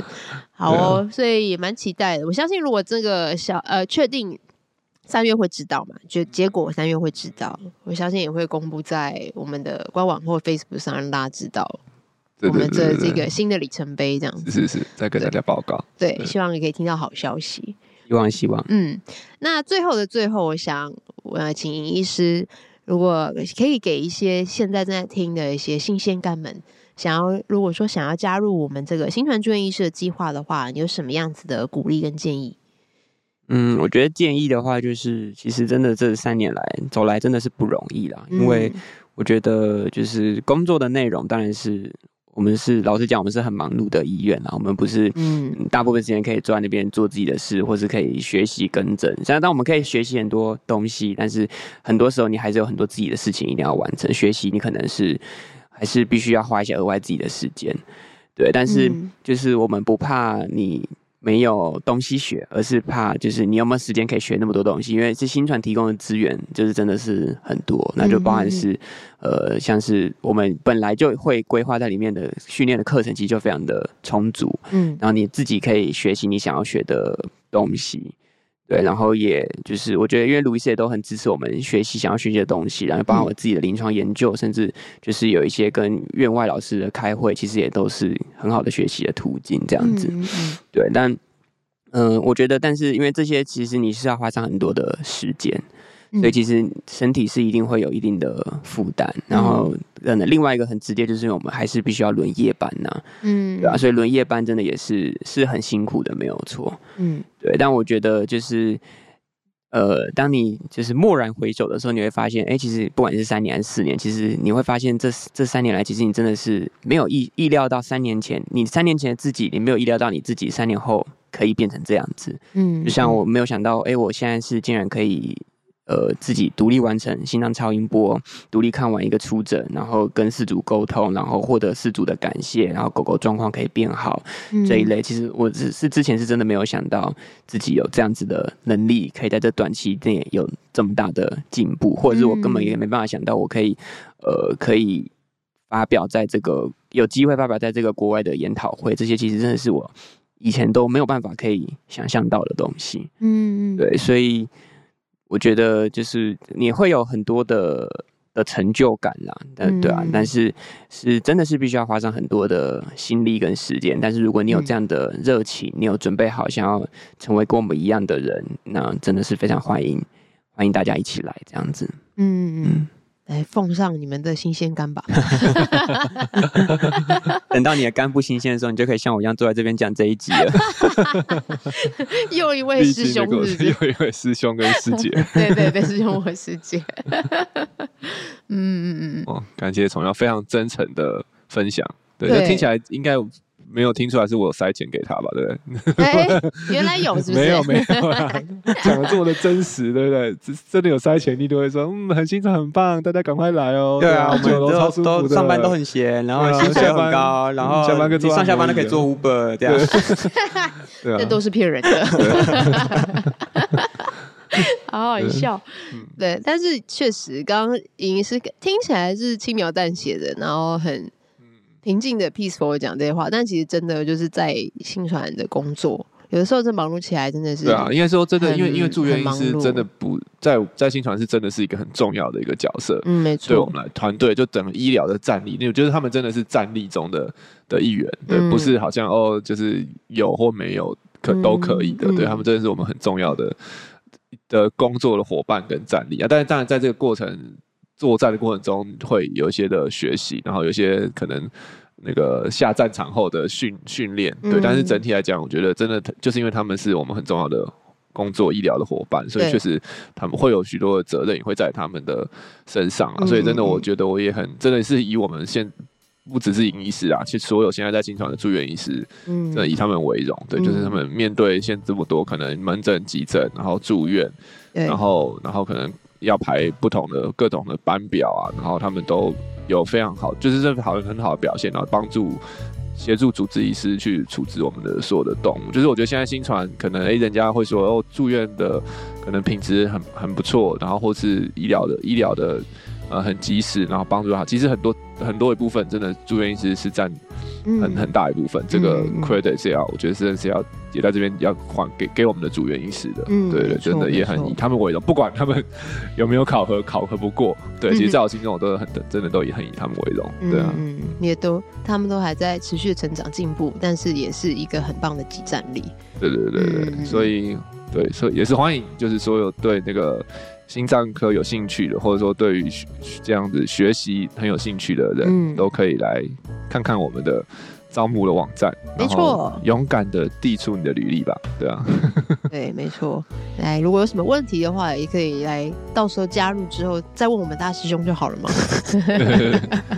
Speaker 2: 好哦，所以也蛮期待的。我相信，如果这个小呃确定三月会知道嘛？就结果三月会知道，我相信也会公布在我们的官网或 Facebook 上，让大家知道
Speaker 1: 对
Speaker 2: 我们
Speaker 1: 对
Speaker 2: 这
Speaker 1: 对
Speaker 2: 这
Speaker 1: 对
Speaker 2: 个新的里程碑这样子。
Speaker 1: 对是是是，再跟大家报告。
Speaker 2: 对，希望你可以听到好消息。
Speaker 3: [LAUGHS] 希望希望。
Speaker 2: 嗯，那最后的最后，我想我要请尹医师，如果可以给一些现在正在听的一些新鲜干们，想要如果说想要加入我们这个新传住院医师的计划的话，你有什么样子的鼓励跟建议？
Speaker 3: 嗯，我觉得建议的话，就是其实真的这三年来走来真的是不容易啦，因为
Speaker 2: 嗯
Speaker 3: 我觉得就是工作的内容当然是我们是老实讲，我们是很忙碌的医院啊啦，我们不是
Speaker 2: 嗯
Speaker 3: 嗯大部分时间可以坐在那边做自己的事，或是可以学习跟诊。虽然当我们可以学习很多东西，但是很多时候你还是有很多自己的事情一定要完成。学习你可能是还是必须要花一些额外自己的时间，对。但是
Speaker 2: 嗯
Speaker 3: 就是我们不怕你。没有东西学，而是怕就是你有没有时间可以学那么多东西？因为是新传提供的资源，就是真的是很多，那就包含是、呃，像是我们本来就会规划在里面的训练的课程，其实就非常的充足。
Speaker 2: 嗯
Speaker 3: 然后你自己可以学习你想要学的东西。对，然后也就是我觉得，因为路易斯也都很支持我们学习想要学习的东西，然后
Speaker 2: 嗯
Speaker 3: 包括我自己的临床研究，甚至就是有一些跟院外老师的开会，其实也都是很好的学习的途径，这样子。
Speaker 2: 嗯嗯
Speaker 3: 对，但嗯、我觉得，但是因为这些其实你是要花上很多的时间，
Speaker 2: 嗯
Speaker 3: 所以其实身体是一定会有一定的负担。然后，嗯，另外一个很直接就是我们还是必须要轮夜班呐、
Speaker 2: 嗯
Speaker 3: 对啊，所以轮夜班真的也是是很辛苦的，没有错。
Speaker 2: 嗯
Speaker 3: 对，但我觉得就是，呃，当你就是蓦然回首的时候，你会发现，哎，其实不管是三年还是四年，其实你会发现这这三年来，其实你真的是没有意意料到三年前，你三年前的自己，你没有意料到你自己三年后可以变成这样子。
Speaker 2: 嗯，
Speaker 3: 就像我没有想到，哎、我现在是竟然可以。呃，自己独立完成心脏超音波，独立看完一个出诊，然后跟饲主沟通，然后获得饲主的感谢，然后狗狗状况可以变好，
Speaker 2: 嗯
Speaker 3: 这一类，其实我是是之前是真的没有想到自己有这样子的能力，可以在这短期内有这么大的进步，或者是我根本也没办法想到我可以，呃，可以发表在这个有机会发表在这个国外的研讨会，这些其实真的是我以前都没有办法可以想象到的东西。
Speaker 2: 嗯嗯
Speaker 3: 对，所以我觉得就是你会有很多的的成就感啦，但对啊，
Speaker 2: 嗯
Speaker 3: 但是是真的是必须要花上很多的心力跟时间。但是如果你有这样的热情，你有准备好想要成为跟我们一样的人，那真的是非常欢迎欢迎大家一起来这样子。
Speaker 2: 嗯嗯
Speaker 3: 嗯，
Speaker 2: 来奉上你们的新鲜干
Speaker 3: [LAUGHS]
Speaker 2: 吧。
Speaker 3: 等到你的肝不新鲜的时候，你就可以像我一样坐在这边讲这一集 [LAUGHS] 了。
Speaker 2: 又一位
Speaker 1: 毕
Speaker 2: 师
Speaker 1: 竟那
Speaker 2: 兄，
Speaker 1: 个
Speaker 3: [LAUGHS]
Speaker 2: 是不是？
Speaker 1: 又一位师兄跟师姐，
Speaker 2: 对对对，师兄，我师姐。 [LAUGHS] 嗯嗯嗯
Speaker 1: 哦，感谢崇耀非常真诚的分享，对，
Speaker 2: 对
Speaker 1: 那听起来应该没有听出来是我塞钱给他吧，对不对？
Speaker 2: 嗯，哎，
Speaker 1: [LAUGHS]
Speaker 2: 原来有是不是？
Speaker 1: 没有没有
Speaker 2: [LAUGHS]
Speaker 1: 啦，讲的这么的真实，对不对？真真的有塞钱，你都会说，嗯，很欣赏，很棒，大家赶快来哦。
Speaker 3: 啊我们
Speaker 1: 九楼超舒服
Speaker 3: 都
Speaker 1: 的，
Speaker 3: 上班都很闲，然
Speaker 1: 后对
Speaker 3: 后
Speaker 1: 啊
Speaker 3: 薪
Speaker 1: 薪
Speaker 3: 水
Speaker 1: 水
Speaker 3: 又
Speaker 1: 又
Speaker 3: 很
Speaker 1: 很
Speaker 3: 高，
Speaker 1: 高
Speaker 3: 然
Speaker 1: 然
Speaker 3: 后
Speaker 1: 后下班可以
Speaker 3: 你
Speaker 1: 做按摩
Speaker 3: 上下班都可以
Speaker 1: 椅啊
Speaker 3: 做 Uber 这样。
Speaker 1: 对
Speaker 2: 这
Speaker 1: 啊，
Speaker 2: 都是骗
Speaker 1: [LAUGHS]
Speaker 2: 人的，好好笑。
Speaker 1: 嗯
Speaker 2: 对，但是确实，刚刚莹莹是听起来是轻描淡写的，然后很
Speaker 1: 嗯
Speaker 2: 平静的 peaceful 地讲这些话，但其实真的就是在新传的工作，有的时候这忙碌起来真的是，
Speaker 1: 对啊，应该说真的，因为
Speaker 2: 很
Speaker 1: 因为住院医
Speaker 2: 很
Speaker 1: 师
Speaker 2: 忙碌
Speaker 1: 真的不在在新传是真的是一个很重要的一个角色，
Speaker 2: 嗯，没
Speaker 1: 对我
Speaker 2: 错，
Speaker 1: 们来团队就整个医疗的战力，我觉得他们真的是战力中的的一员，对，
Speaker 2: 嗯
Speaker 1: 不是好像哦，就是有或没有可
Speaker 2: 嗯
Speaker 1: 都可以的，
Speaker 2: 嗯
Speaker 1: 对他们真的是我们很重要的的工作的伙伴跟战力啊。但是当然在这个过程作战的过程中，会有一些的学习，然后有一些可能。那个下战场后的训训练，对，
Speaker 2: 嗯
Speaker 1: 但是整体来讲，我觉得真的就是因为他们是我们很重要的工作医疗的伙伴，所以
Speaker 2: 对
Speaker 1: 确实他们会有许多的责任也会在他们的身上啊，
Speaker 2: 嗯
Speaker 1: 所以真的，
Speaker 2: 嗯
Speaker 1: 我觉得我也很真的是以我们现不只是影医师啊，其实所有现在在新传的住院医师，
Speaker 2: 嗯
Speaker 1: 真的以他们为荣。对，
Speaker 2: 嗯
Speaker 1: 就是他们面对现这么多可能门诊、急诊，然后住院，
Speaker 2: 对
Speaker 1: 然后然后可能要排不同的各种的班表啊，然后他们都有非常好，就是这好很好的表现，然后帮助。协助主治医师去处置我们的所有的动物，就是我觉得现在新传可能诶、人家会说哦，住院的可能品质很很不错，然后或是医疗的医疗的呃很及时，然后帮助他。其实很多很多一部分真的住院医师是占
Speaker 2: 嗯
Speaker 1: 很很大一部分，这个
Speaker 2: 嗯嗯
Speaker 1: credit 是要，我觉得真的是要也在这边要还给给我们的住院医师的，
Speaker 2: 嗯
Speaker 1: 对
Speaker 2: 没
Speaker 1: 对，
Speaker 2: 错
Speaker 1: 真的也
Speaker 2: 没错
Speaker 1: 很以他们为荣，不管他们有没有考核考核不过，对，其
Speaker 2: 嗯
Speaker 1: 实
Speaker 2: 哼
Speaker 1: 在我心中我都很真的都以很以他们为荣，对啊，
Speaker 2: 嗯，也都他们都还在持续成长进步，但是也是一个很棒的集战力。
Speaker 1: 对对对对
Speaker 2: 嗯嗯
Speaker 1: 对，
Speaker 2: 嗯
Speaker 1: 所以对，所以也是欢迎，就是所有对那个心脏科有兴趣的，或者说对于学这样子学习很有兴趣的人，
Speaker 2: 嗯
Speaker 1: 都可以来看看我们的招募的网站，
Speaker 2: 没
Speaker 1: 然
Speaker 2: 错
Speaker 1: 后勇敢的递出你的履历吧，对啊，
Speaker 2: 对，没错。来，如果有什么问题的话，也可以来，到时候加入之后再问我们大师兄就好了嘛。
Speaker 1: [LAUGHS]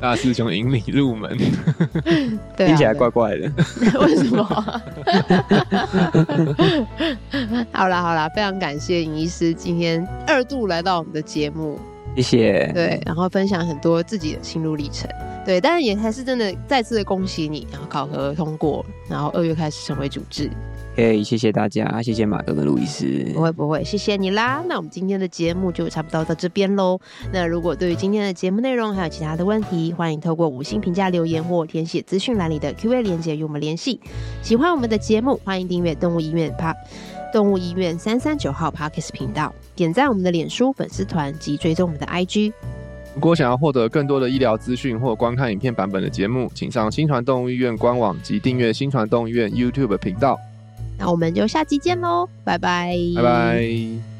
Speaker 1: 大师兄引你入门，
Speaker 2: 对、啊，
Speaker 3: 听起来
Speaker 2: 对啊
Speaker 3: 怪怪的。
Speaker 2: 为什么？ [LAUGHS] 好啦好啦，非常感谢尹医师今天二度来到我们的节目，
Speaker 3: 谢谢。
Speaker 2: 对，然后分享很多自己的心路历程，对，但是也还是真的再次的恭喜你，然后考核通过，然后二月开始成为主治，
Speaker 3: 可以，谢谢大家，谢谢马哥跟路易斯。
Speaker 2: 不会不会，谢谢你啦。那我们今天的节目就差不多到这边喽。那如果对于今天的节目内容还有其他的问题，欢迎透过五星评价留言或填写资讯栏里的 Q&A 连接与我们联系。喜欢我们的节目，欢迎订阅动物医院 p 动物医院三三九号 Parkes 频道，点赞我们的脸书粉丝团及追踪我们的 IG。
Speaker 1: 如果想要获得更多的医疗资讯或观看影片版本的节目，请上新传动物医院官网及订阅新传动物医院 YouTube 频道，
Speaker 2: 那我们就下期见喽，拜拜，
Speaker 1: 拜拜。